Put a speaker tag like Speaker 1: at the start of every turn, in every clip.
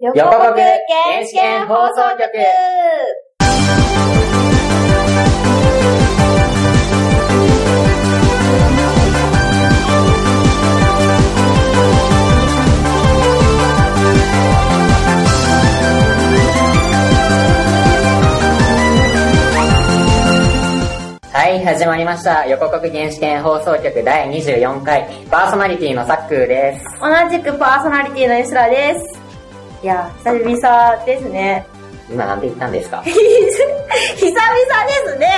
Speaker 1: 横国原始圏放送局
Speaker 2: はい、始まりました。横国原始圏放送局第24回、パーソナリティのサックーです。
Speaker 1: 同じくパーソナリティの吉田です。いや、久々ですね。
Speaker 2: 今なんて言ったんですか
Speaker 1: 久々ですね。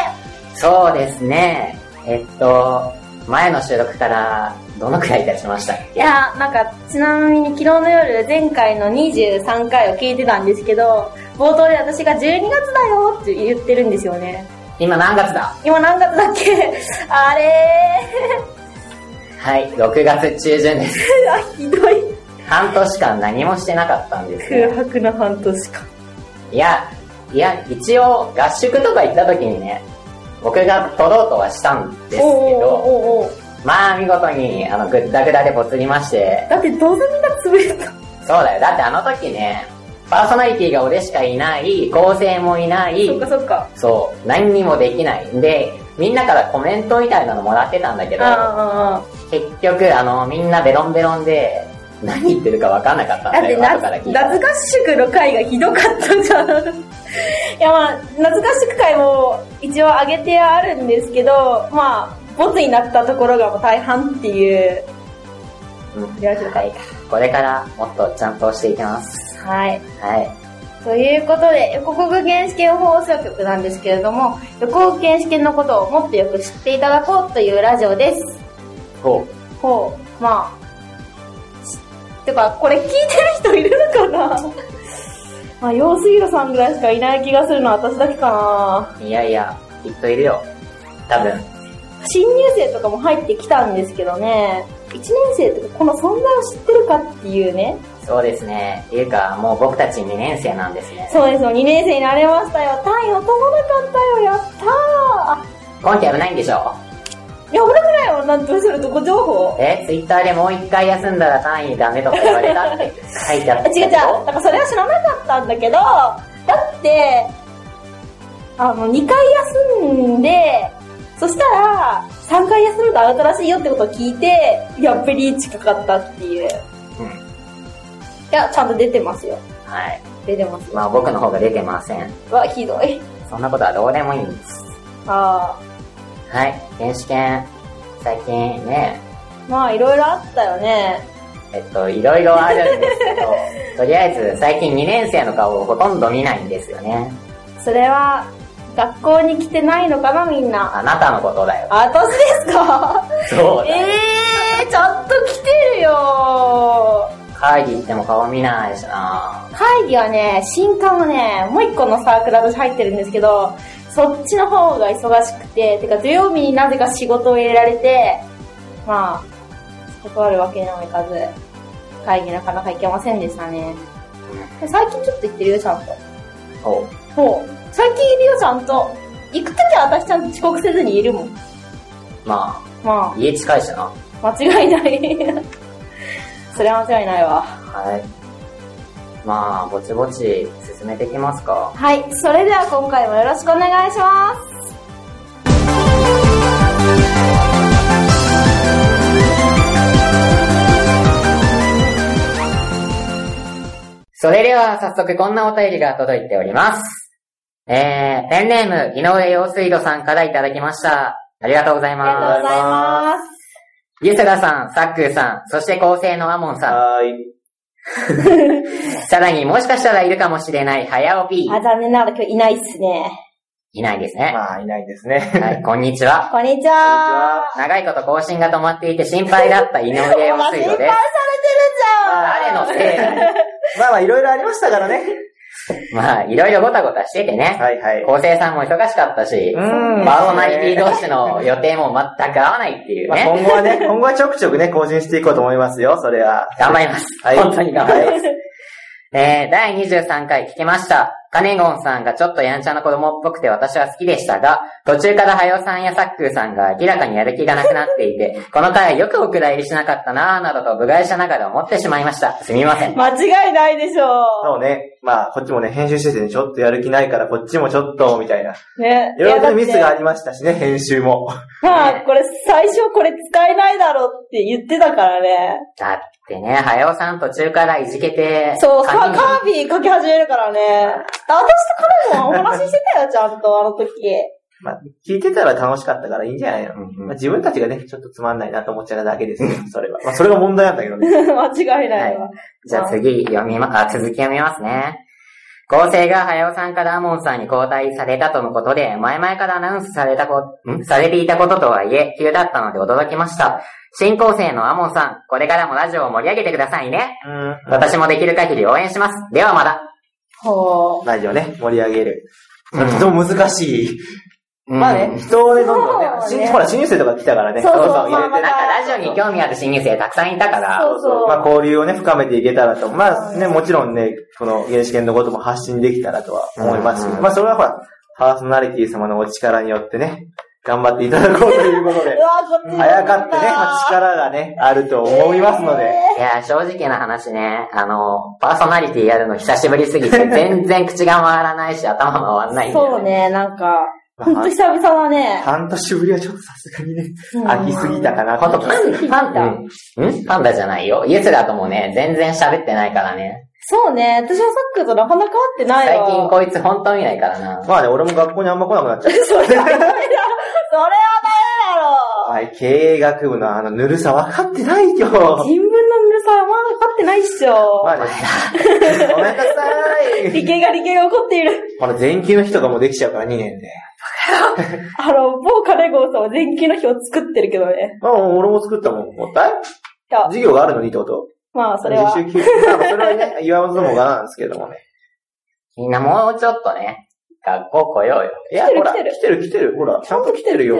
Speaker 2: そうですね。えっと、前の収録からどのくらいいたしましたっ
Speaker 1: いや、なんか、ちなみに昨日の夜、前回の23回を聞いてたんですけど、冒頭で私が12月だよって言ってるんですよね。
Speaker 2: け今何月だ
Speaker 1: 今何月だっけあれ
Speaker 2: はい、6月中旬です。
Speaker 1: ー。あ、ひどい。
Speaker 2: 半年間何もしてなかったんです
Speaker 1: 空
Speaker 2: ね。
Speaker 1: 白の半年間。
Speaker 2: いや、いや、一応合宿とか行った時にね、僕が撮ろうとはしたんですけど、
Speaker 1: おうおうおうおう
Speaker 2: まあ見事にあのぐったぐだでぽつりまして、
Speaker 1: だってどうせみんな潰れた。
Speaker 2: そうだよ。だってあの時ね、パーソナリティが俺しかいない、構成もいない、
Speaker 1: そっかそっか。
Speaker 2: そう、何にもできない。で、みんなからコメントみたいなのもらってたんだけど、
Speaker 1: あ
Speaker 2: 結局、あの、みんなベロンベロンで、何言ってるか分かんなかった
Speaker 1: あだっ
Speaker 2: んだ
Speaker 1: て
Speaker 2: よ、後から
Speaker 1: 夏
Speaker 2: 聞いたら。
Speaker 1: 夏合宿の回がひどかったじゃん。いやまあ、夏合宿回も一応上げてあるんですけど、まあ、ボツになったところがもう大半っていう
Speaker 2: うん
Speaker 1: 了解
Speaker 2: はい。これからもっとちゃんとしていきます。
Speaker 1: はい。
Speaker 2: はい。
Speaker 1: ということで、横国原始圏放送局なんですけれども、横国原始圏のことをもっとよく知っていただこうというラジオです。
Speaker 2: ほ
Speaker 1: ほう、まあ、てか、これ聞いてる人いるのかな まあ、陽水路さんぐらいしかいない気がするのは私だけか
Speaker 2: う。いやいや、きっといるよ。多分。
Speaker 1: な新入生とかも入ってきたんですけどね、1年生とかこの存在を知ってるかっていうね、
Speaker 2: そうですね。っていうか、もう僕たち2年生なんですね。
Speaker 1: そうですよ、2年生になれましたよ、単位を飛ばなかったよ、やった
Speaker 2: 今期危ないんでしょ
Speaker 1: ーいや、俺くらいはなんとするとこ情報
Speaker 2: え、ツイッターでもう一回休んだら単位ダメとか言われた って書いてあっ
Speaker 1: あ
Speaker 2: た。
Speaker 1: 違う違う、なんかそれは知らなかったんだけど、だって、あの、2回休んで、そしたら、3回休むとアウトらしいよってことを聞いて、やっぱり近かったっていう。
Speaker 2: うん。
Speaker 1: いや、ちゃんと出てますよ。
Speaker 2: はい。
Speaker 1: 出てますよ。
Speaker 2: まあ僕の方が出てません。
Speaker 1: うわ、ひどい。
Speaker 2: そんなことはどうでもいいんです。
Speaker 1: あ
Speaker 2: はい。原始圏、最近ね、
Speaker 1: あ。まあ、いろいろあったよね。
Speaker 2: えっと、いろいろあるんですけど、 とりあえず最近2年生の顔をほとんど見ないんですよね。
Speaker 1: それは、学校に来てないのかな、みんな。
Speaker 2: あなたのことだよ。
Speaker 1: あ、私ですか
Speaker 2: そうだよ。
Speaker 1: ええー、ちゃんと来てるよ
Speaker 2: 会議行っても顔見ないしな
Speaker 1: 会議はね、新刊もね、もう一個のサークル私入ってるんですけど、そっちの方が忙しくて、てか土曜日になぜか仕事を入れられて、まあ、断るわけにもいかず、会議なかなか行けませんでしたね。で最近ちょっと行ってるよ、ちゃんと。
Speaker 2: おう
Speaker 1: ほう。最近いるよ、ちゃんと。行くときは私ちゃんと遅刻せずにいるもん。
Speaker 2: まあ
Speaker 1: ま、
Speaker 2: 家近いしな。
Speaker 1: あ、間違いない。 それは間違いないわ。
Speaker 2: はい。まあ、ぼちぼち進めていきますか。
Speaker 1: はい、それでは今回もよろしくお願いします。
Speaker 2: それでは早速こんなお便りが届いております。えー、ペンネーム、井上陽水路さんからいただきました。ありがとうござい
Speaker 1: あ
Speaker 2: ま
Speaker 1: り
Speaker 2: す。
Speaker 1: がとうございます。
Speaker 2: す。ゆせらさん、サックーさん、そして構成のアモンさ
Speaker 3: はーい。
Speaker 2: ん、さらにもしかしたらいるかもしれない、早尾 P。
Speaker 1: あ、残念ながら今日いないっすね。
Speaker 2: いないですね。
Speaker 3: まあ、いないですね。
Speaker 2: はい、こんにちは。
Speaker 1: こんにちは。
Speaker 2: 長いこと更新が止まっていて心配だった井上陽
Speaker 1: お前
Speaker 2: 水
Speaker 1: 心配され
Speaker 2: 路
Speaker 1: てる
Speaker 2: です。誰
Speaker 1: じゃん
Speaker 2: のせいだよ
Speaker 3: まあまあ、いろいろありましたからね。
Speaker 2: まあ、いろいろごたごたしててね。
Speaker 3: はいはい。
Speaker 2: 構成さんも忙しかったし、パ
Speaker 3: うん
Speaker 2: ーソナリティ同士の予定も全く合わないっていう
Speaker 3: まあ、
Speaker 2: ね。
Speaker 3: 今後 はね、今後はちょくちょくね、更新していこうと思いますよ、それは。
Speaker 2: 頑張ります。
Speaker 3: はい
Speaker 2: 本当に頑張ります。
Speaker 3: はい
Speaker 2: えー、第23回聞きました。カネゴンさんがちょっとやんちゃな子供っぽくて私は好きでしたが、途中からハヨさんやサックーさんが明らかにやる気がなくなっていて、この回よくお蔵入りしなかったなぁなどと部外者ながら思ってしまいました。すみません。
Speaker 1: 間違いないでしょ
Speaker 3: そうね。まあ、こっちもね、編集しててね、ちょっとやる気ないから、こっちもちょっと、みたいな。
Speaker 1: う。ね。
Speaker 3: いろいろとミスがあ
Speaker 1: り
Speaker 3: りましたしね、編集 も。
Speaker 1: まあ、これ最初これ使えないだろうって言ってたからね。
Speaker 2: だってね、ハヨさん途中からいじけて、
Speaker 1: そう、カ
Speaker 2: 髪に
Speaker 1: カービィ書き始めるからね。あ私と彼もお話ししてたよ、ちゃんと、あの時。
Speaker 3: まあ、聞いてたら楽しかったからいいんじゃないの、
Speaker 2: うんうん
Speaker 3: まあ、自分たちがね、ちょっとつまんないなと思っちゃっただけですよ、それは。まあ、それが問題なんだけどね。
Speaker 1: 間違いないわ。
Speaker 2: じゃあ次読みま、あ、続き読みますね。構成が早尾さんからアモンさんに交代されたとのことで、前々からアナウンスされたこ、んされていたこととはいえ、急だったので驚きました。新構成のアモンさん、これからもラジオを盛り上げてくださいね。
Speaker 3: うん。
Speaker 2: 私もできる限り応援します。ではまだ。
Speaker 1: ほう。
Speaker 3: ラジオね、盛り上げる。
Speaker 2: うん
Speaker 3: とても難しい。
Speaker 2: うん
Speaker 3: まあね、。人をね、どんどんね
Speaker 1: そう、ね
Speaker 3: 新ほら、新入生とか来たからね、
Speaker 1: そうそう
Speaker 3: どんどん入れて
Speaker 1: まあま
Speaker 2: なん
Speaker 1: あ
Speaker 2: かラジオに興味ある新入生たくさんいたから、
Speaker 1: そうそう。
Speaker 3: まあ、交流をね、深めていけたらと。まあね、もちろんね、この原始圏のことも発信できたらとは思いますし、
Speaker 2: うん
Speaker 3: まあ、それはほら、パーソナリティ様のお力によってね、頑張っていただこうということで
Speaker 1: う、わこっち
Speaker 3: あやかってね、まあ力がね、あると思いますので、
Speaker 1: え
Speaker 2: いや、正直な話ね、あの、パーソナリティやるの久しぶりすぎて、全然口が回らないし、頭も回らないん
Speaker 1: ー
Speaker 2: だよね
Speaker 1: そうね、なんか、
Speaker 3: まあ
Speaker 1: ほんと久々だね。
Speaker 3: 半年ぶりはちょっとさすがにね、
Speaker 1: うん
Speaker 3: 飽きすぎたかな
Speaker 2: ほんと、
Speaker 3: と。
Speaker 2: パン、パ
Speaker 1: ダ
Speaker 2: ンダ。んパンダじゃないよ。イエスだともね、全然喋ってないからね。
Speaker 1: そうね、私はサックとなかなか会ってない
Speaker 2: 最
Speaker 1: わ。
Speaker 2: 近こいつ本当見ないからな。
Speaker 3: まあね、俺も学校にあんま来なくなっちゃっ
Speaker 1: それはダメだ。それは
Speaker 3: た。
Speaker 1: ダ
Speaker 3: はい、経営学部のあの、ぬるさ分かってないよ。
Speaker 1: メだろ。人文の皆さんはまだ勝ってないっしょ。
Speaker 3: まあね、ごめんなさい。
Speaker 1: 理系が理系が怒っている。
Speaker 3: まだ前期の日とかもできちゃうから、2年で。
Speaker 1: あの、某カレゴンさんは前期の日を作ってるけどね。
Speaker 3: まあ、俺も作ったもん。もったい
Speaker 1: いや、
Speaker 3: 授業があるのにってこと
Speaker 1: まあ、それは。
Speaker 3: 自習休止。まあそれ はね、岩本のもがなんですけどもね。
Speaker 2: みんなもうちょっとね、学校来ようよ。
Speaker 3: いや、
Speaker 1: 来てる
Speaker 3: ほ
Speaker 1: 来
Speaker 3: ら、
Speaker 1: てる
Speaker 3: 来てる来てる。ほら、ちゃんと来てるよ。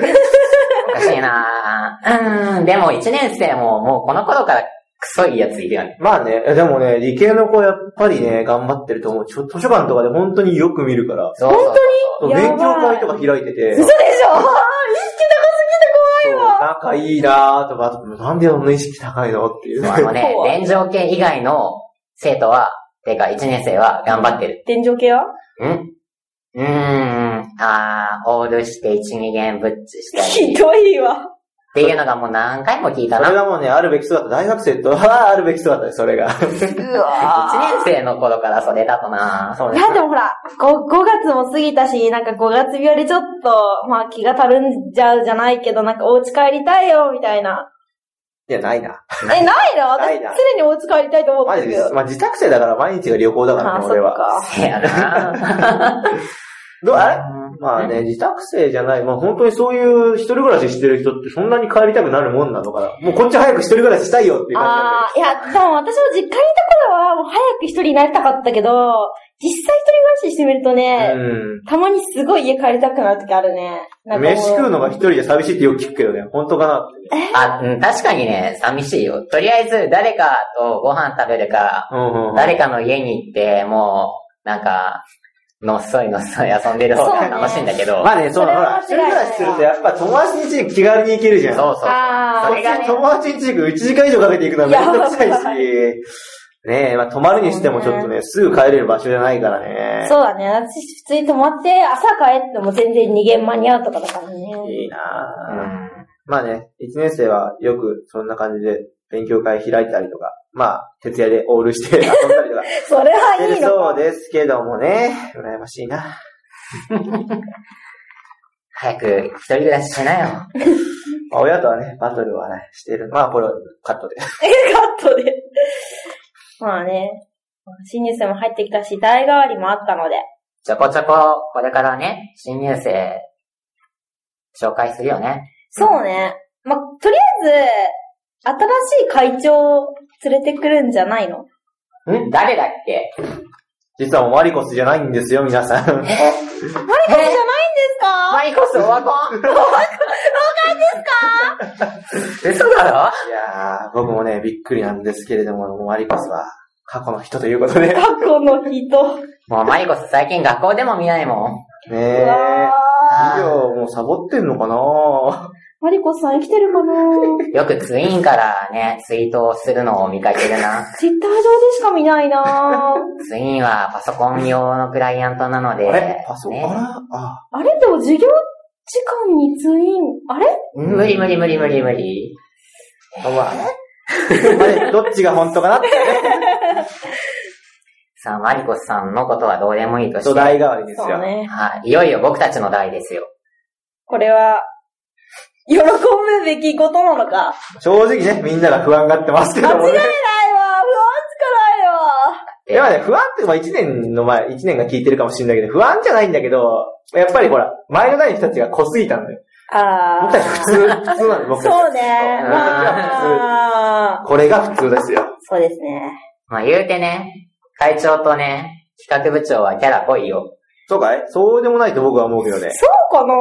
Speaker 2: おかしいなぁ。うーん、でも1年生ももうこの頃からクソいいやついるよね。
Speaker 3: まあね、でもね、理系の子やっぱりね、頑張ってると思う。ちょ図書館とかで本当によく見るから。
Speaker 2: そうそう
Speaker 3: そう
Speaker 1: やばい
Speaker 3: 勉強会とか開いてて。
Speaker 1: 嘘でしょあー意識高すぎて怖いわ。
Speaker 3: 仲いいなーとか、あとなんでそんな意識高いのっていう。
Speaker 2: そうあのね
Speaker 1: 怖、い
Speaker 2: 伝承系以外の生徒は、てか1年生は頑張ってる。
Speaker 1: 天井系は
Speaker 2: んうーん、あー、オールして1、2限ぶっちしたり。
Speaker 1: ひ
Speaker 2: っ
Speaker 1: どいわ。
Speaker 2: ていうのがもう何回も聞いた
Speaker 3: そ
Speaker 2: な
Speaker 3: れ。がもうね、あるべき姿、大学生とはあるべき姿です、それ
Speaker 1: う
Speaker 3: が。
Speaker 2: 一年生の頃からそれだとな
Speaker 3: そう
Speaker 1: い
Speaker 3: ね。
Speaker 1: や、でもほら、5, 月も過ぎたし、なんか5月病でちょっと、まあ気がたるんじゃうじゃないけど、なんかお家帰りたいよ、みたいな。
Speaker 3: いや、ないな。
Speaker 1: え、ないの
Speaker 3: な
Speaker 1: 私
Speaker 3: いな
Speaker 1: 常にお家帰りたいと思っ
Speaker 3: マ
Speaker 1: て
Speaker 3: ジ
Speaker 1: る
Speaker 3: で
Speaker 1: けど。
Speaker 3: まあ、自宅生だから毎日が旅行だから
Speaker 1: あ、
Speaker 3: ね、
Speaker 1: そっ
Speaker 3: 俺は。
Speaker 1: か。
Speaker 2: せやな
Speaker 3: どう、あれまあね、自宅生じゃない。まあ本当にそういう一人暮らししてる人ってそんなに帰りたくなるもんなのかな。もうこっち早く一人暮らししたいよっていう感
Speaker 1: ああ、いや、でも私も実家にいた頃は、もう早く一人になりたかったけど、実際一人暮らししてみると
Speaker 3: じ
Speaker 1: ね、
Speaker 3: だね。
Speaker 1: たまにすごい家帰りたくなる時あるね。な
Speaker 3: うんん。
Speaker 1: かもう
Speaker 3: 飯食うのが一人じゃ寂しいってよく聞くけどね、本当かなって。
Speaker 2: あ、うん、確かにね、寂しいよ。とりあえず、誰かとご飯食べるか、
Speaker 3: うんうん。
Speaker 2: 誰かの家に行って、もう、なんか、のっそいのっそい遊んでる方が楽しいんだけど。
Speaker 3: まあね、そう、
Speaker 1: それ
Speaker 3: ほ
Speaker 1: は
Speaker 3: ら、一人暮らしするとやっぱ友達に家気軽に行けるじゃん。
Speaker 2: そうそう。
Speaker 1: あ
Speaker 2: そ
Speaker 1: あ、
Speaker 2: れがね
Speaker 3: 友達に行く1時間以上かけて行くのはめんどくさい
Speaker 1: やば
Speaker 3: し。ねえ、まあ泊まるにしてもちょっとね、すぐ帰れる場所じゃないからね。
Speaker 1: そうだね。私普通に泊まって、朝帰っても全然逃げ間に合うとかだからね。
Speaker 3: いいな
Speaker 2: う
Speaker 3: ぁ。
Speaker 2: ん
Speaker 3: まあね、1年生はよくそんな感じで勉強会開いたりとか、まあ、徹夜でオールして 遊んだりとかし
Speaker 1: それは
Speaker 3: て
Speaker 1: い
Speaker 3: る
Speaker 1: いの
Speaker 3: そ
Speaker 1: か。
Speaker 3: うですけどもね、羨ましいな。
Speaker 2: 早く、一人暮らししなよ。
Speaker 3: まあ、親とはね、バトルはね、してる。まあ、これ、カットで。
Speaker 1: カットで。まあね。新入生も入ってきたし、代替わりもあったので。
Speaker 2: ちょこちょこ、これからね、新入生、紹介するよね。
Speaker 1: そうね。まあ、とりあえず、新しい会長を連れてくるんじゃないの
Speaker 2: ん誰だっけ
Speaker 3: 実はもうマリコスじゃないんですよ、皆さん。
Speaker 2: え
Speaker 1: マリコスじゃないんですか
Speaker 2: マリコスオワコンオワコンですか嘘だろ
Speaker 3: いやー、僕もね、びっくりなんですけれども、もうマリコスは、過去の人という ことで。ね
Speaker 1: 過去の人。
Speaker 2: もうマリコス最近学校でも見ないもん。
Speaker 1: う
Speaker 3: え。
Speaker 1: わ
Speaker 3: いや、もうサボってんのかな
Speaker 1: ー。マリコさん生きてるかな
Speaker 2: よくツインからね、ツイートをするのを見かけるな。
Speaker 1: ツイッター上でしか見ないな
Speaker 2: ツインはパソコン用のクライアントなので、
Speaker 3: あれパソコン、あ
Speaker 2: ね、
Speaker 3: らあ、
Speaker 1: あれでも授業時間にツイン、あれ
Speaker 2: 無理無理無理無理無理。
Speaker 3: あまあ。 あれ、どっちが本当かなって。
Speaker 2: さあ、マリコスさんのことはどうでもいいとして、
Speaker 3: 土台代わりです
Speaker 1: そう
Speaker 3: よ。
Speaker 1: ね。
Speaker 2: はい、いよいよ僕たちの代ですよ。
Speaker 1: これは、喜ぶべきことなのか。
Speaker 3: 正直ね、みんなが不安がってますけど
Speaker 1: 間違い
Speaker 3: も
Speaker 1: ないわ
Speaker 3: ね。
Speaker 2: い
Speaker 3: いやまあね、不安って、まあ一年の前、一年が聞いてるかもしれないけど、不安じゃないんだけど、やっぱりほら、前の代の人たちが濃すぎたんだよ。
Speaker 1: わ
Speaker 3: 僕
Speaker 1: し
Speaker 3: た
Speaker 1: か
Speaker 3: ち普通、普通なの、僕
Speaker 1: ない
Speaker 3: たち。
Speaker 1: わ。あー。そうね。
Speaker 2: うん
Speaker 1: まあ、
Speaker 3: これが普通ですよ。
Speaker 1: そうですね。
Speaker 2: まあ言うてね、会長とね、企画部長はキャラ濃いよ。
Speaker 3: そうかいそうでもないと僕は思うけどね。
Speaker 1: そうかな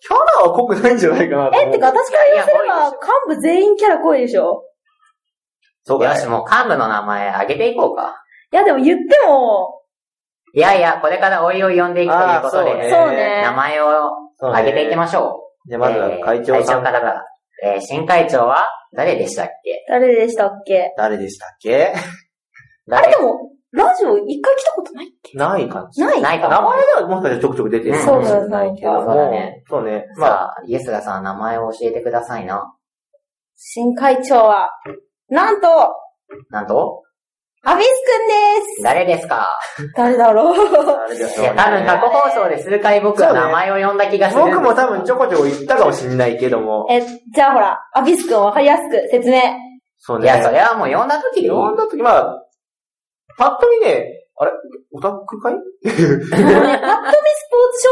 Speaker 3: キャラは濃くないんじゃないかなと思う。
Speaker 1: え、ってか私から言わせれば、幹部全員キャラ濃いでしょ
Speaker 3: そうか
Speaker 2: よ
Speaker 3: い
Speaker 2: し、もう幹部の名前あげていこうか。
Speaker 1: いや、でも言っても、
Speaker 2: いやいや、これからおいおい呼んでいくということ
Speaker 3: あー
Speaker 2: で、
Speaker 3: えー
Speaker 1: そうね
Speaker 2: 名。前を
Speaker 3: そうね
Speaker 2: 挙げていきましょ
Speaker 3: じゃ
Speaker 2: う。
Speaker 3: あまずは
Speaker 2: えー
Speaker 3: 会長さん
Speaker 2: 会長から。えー新会長は誰でしたっけ
Speaker 1: 誰でしたっけ
Speaker 3: 誰でしたっけ
Speaker 1: あれ
Speaker 2: 誰
Speaker 1: でも、ラジオ一回来たことないっけ
Speaker 3: ない感じ。
Speaker 1: ない
Speaker 2: ないか
Speaker 3: 名
Speaker 2: も。
Speaker 3: 前ではもしかしたらちょくちょく出てるかもしれないけど
Speaker 2: そうそうそうそうだね
Speaker 3: も。そうね。まあ、
Speaker 2: さあ、イエスがさん名前を教えてくださいな。
Speaker 1: 新会長は、なんと、
Speaker 2: なんと
Speaker 1: アビスくんで
Speaker 2: 誰ですか
Speaker 1: す誰だろう
Speaker 3: あれでし
Speaker 2: い
Speaker 3: ょ
Speaker 2: や、
Speaker 3: うね
Speaker 2: 多分過去放送で数回僕は名前を呼んだ気がする。
Speaker 3: 僕も多分ちょこちょこ言ったかもしれないけども。
Speaker 1: え、じゃあほら、アビスくんわかりやすく説明。
Speaker 3: そう
Speaker 2: い
Speaker 3: ね。
Speaker 2: や、それはもう呼んだ時に。
Speaker 3: 呼んだ時、まあ、パッと見ね、あれオタクかい
Speaker 1: あのね、パッと見スポーツ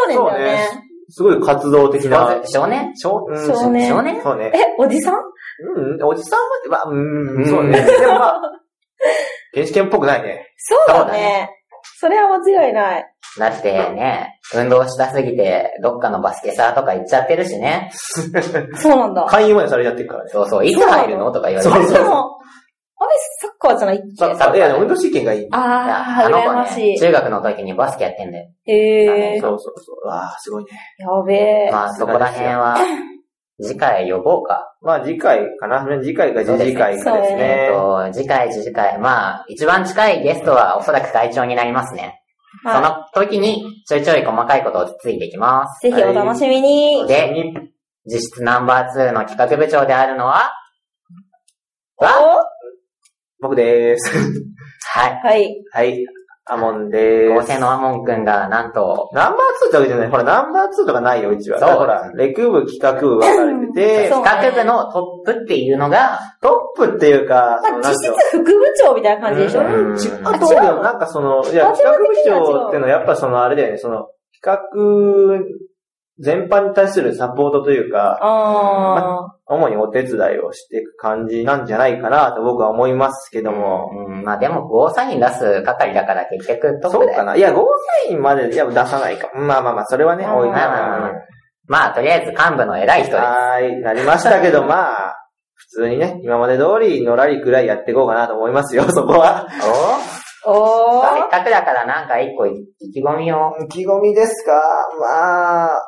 Speaker 1: 少年だよね。
Speaker 3: すごい活動的な。
Speaker 2: 少年
Speaker 3: 少うん
Speaker 1: 少年
Speaker 2: 少年
Speaker 3: そうね
Speaker 1: え。、おじさん
Speaker 3: うん、おじさんは、まあ、う、
Speaker 2: うんん
Speaker 3: そうね。でもまあ、原始圏っぽくないね。
Speaker 1: そう
Speaker 2: だね
Speaker 1: だね。それは間違いない。
Speaker 2: だってね、運動したすぎて、どっかのバスケサーとか行っちゃってるしね。
Speaker 1: そうなんだ。
Speaker 3: 勧誘までされちゃってるからね。
Speaker 2: そうそう、いつ入るのとか言われて。
Speaker 3: そうそう
Speaker 1: でも、アビスサッカーじゃないっけ
Speaker 3: ささいや、運動神経がいい。
Speaker 1: あー、
Speaker 2: の
Speaker 1: 羨
Speaker 2: 子
Speaker 1: ましい。
Speaker 2: 中学の時にバスケやってんだよ。
Speaker 1: へえー、
Speaker 3: そうそうそう。わあ、すごいね。
Speaker 1: やべえ。
Speaker 2: まあそこら辺は、次回呼ぼうか。
Speaker 3: まあ次回かな。次回か次々回かです
Speaker 2: え
Speaker 3: ね
Speaker 2: っ。と、次回、次回。まあ、一番近いゲストはおそらく会長になりますね。
Speaker 1: はい
Speaker 2: その時に、ちょいちょい細かいことをつついていきます。
Speaker 1: ぜひお楽しみに。
Speaker 2: で、実質ナンバー2の企画部長であるのは、は
Speaker 3: 僕でーす。
Speaker 2: はい。
Speaker 1: はい。
Speaker 3: はい。アモンで
Speaker 2: 合
Speaker 3: ーす。
Speaker 2: 成のアモンくんが、なんと、
Speaker 3: ナンバー2ってわけじゃない。ほら、ナンバー2とかないよ、うちは。
Speaker 2: そう
Speaker 3: だからほら、レク部、企画部分かれてて
Speaker 1: そ、うね
Speaker 2: 企画部のトップっていうのが、
Speaker 3: トップっていうか、
Speaker 1: まあ
Speaker 3: そ
Speaker 1: 実
Speaker 3: の、なんていう
Speaker 1: 質副
Speaker 3: の
Speaker 1: 部長みたいな感じでしょ
Speaker 2: うん
Speaker 3: ち
Speaker 2: うん
Speaker 3: あと、
Speaker 1: 違うの
Speaker 3: なんかその、いや、
Speaker 1: 立場
Speaker 3: 企
Speaker 1: 的には違う
Speaker 3: 画部長ってのはやっぱその、あれだよね、その、企画全般に対するサポートというか、
Speaker 1: あ
Speaker 3: 主にお手伝いをしていく感じなんじゃないかなと僕は思いますけども。
Speaker 2: うん、まあでも、ゴーサイン出す係だから結局トッ
Speaker 3: そ
Speaker 2: プ
Speaker 3: う
Speaker 2: だ
Speaker 3: か
Speaker 2: よ。
Speaker 3: ないや、ゴーサインまでいや出さないか。まあまあまあ、それはね、
Speaker 1: うん
Speaker 3: 置いて
Speaker 2: まあまあまあまあ。まあ、とりあえず幹部の偉い人です。
Speaker 3: はーい、なりましたけど、まあ、普通にね、今まで通りのらりくらいやっていこうかなと思いますよ、 そこは。
Speaker 2: お
Speaker 1: ー。お
Speaker 2: せ
Speaker 1: ー
Speaker 2: っ。かくだからなんか一個意気込みを。
Speaker 3: 意気込みですかまあ、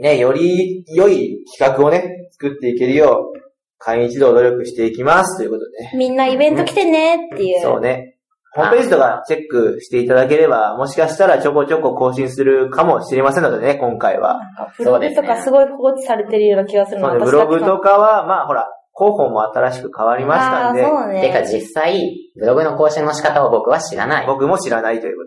Speaker 3: ね、より良い企画をね、作っていけるよう、会員一同努力していきます、ということでね。
Speaker 1: みんなイベント来てねっていう。
Speaker 3: そうね。ホームページとかチェックしていただければ、もしかしたらちょこちょこ更新するかもしれませんのでね、今回は。
Speaker 1: ブロ
Speaker 2: そうで
Speaker 1: グ
Speaker 2: す
Speaker 1: と
Speaker 2: ね
Speaker 1: かすごい放置されてるような気がするの
Speaker 3: そうね、ブ
Speaker 1: 私だ
Speaker 3: ロ
Speaker 1: け
Speaker 3: グ
Speaker 1: か
Speaker 3: とかは、まあほら、広報も新しく変わりましたんで
Speaker 1: あ、ーそう
Speaker 2: てか
Speaker 1: ね。
Speaker 2: 実際、ブログの更新の仕方を僕は知らない。
Speaker 3: 僕も知らないというこ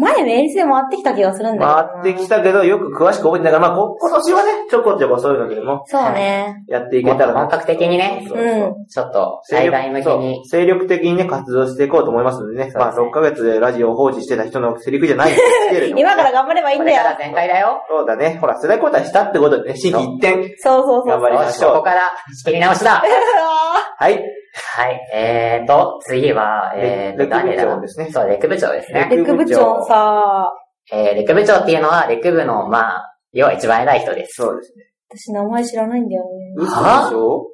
Speaker 1: 前メールで回ってきた気がするん
Speaker 3: と
Speaker 1: だけどな。
Speaker 3: で。回ってきたけど、よく詳しく覚えてないから、まあこ今年はね、ちょこちょこそういうのでも
Speaker 1: そうね。
Speaker 3: やっていけ
Speaker 2: もった
Speaker 3: ら
Speaker 2: と
Speaker 3: な
Speaker 2: 本格的にね、
Speaker 1: う
Speaker 3: そ
Speaker 1: ん。
Speaker 2: ちょっと、最大向けに。
Speaker 3: そう精力的にね、活動していこうと思いますのでね。
Speaker 2: そう
Speaker 3: ま
Speaker 2: で
Speaker 3: あ、
Speaker 2: すね
Speaker 3: 6ヶ月でラジオを放置してた人のセリフじゃないんですけれど も。
Speaker 1: 今から頑張ればいい
Speaker 2: こ
Speaker 1: んだ
Speaker 2: れか
Speaker 1: よ。
Speaker 2: ら全開だよ。
Speaker 3: そうだね。ほら、世代交代したってことでね、心機一転。
Speaker 1: そうそうそう
Speaker 3: 頑張
Speaker 1: そう。
Speaker 3: りましょう
Speaker 2: ここから仕切り直しだ。
Speaker 3: はい。
Speaker 2: はい。えーと、次は、えー
Speaker 3: レ
Speaker 2: と、誰だ
Speaker 3: レク部
Speaker 2: ろ
Speaker 3: 長ですね
Speaker 2: そう、レク部長ですね。
Speaker 1: レク部長さ、
Speaker 2: えー、レク部長っていうのは、レク部の、まあ、要は一番偉い人です。
Speaker 3: そうですね。
Speaker 1: 私名前知らないんだよね。
Speaker 3: 嘘でしょ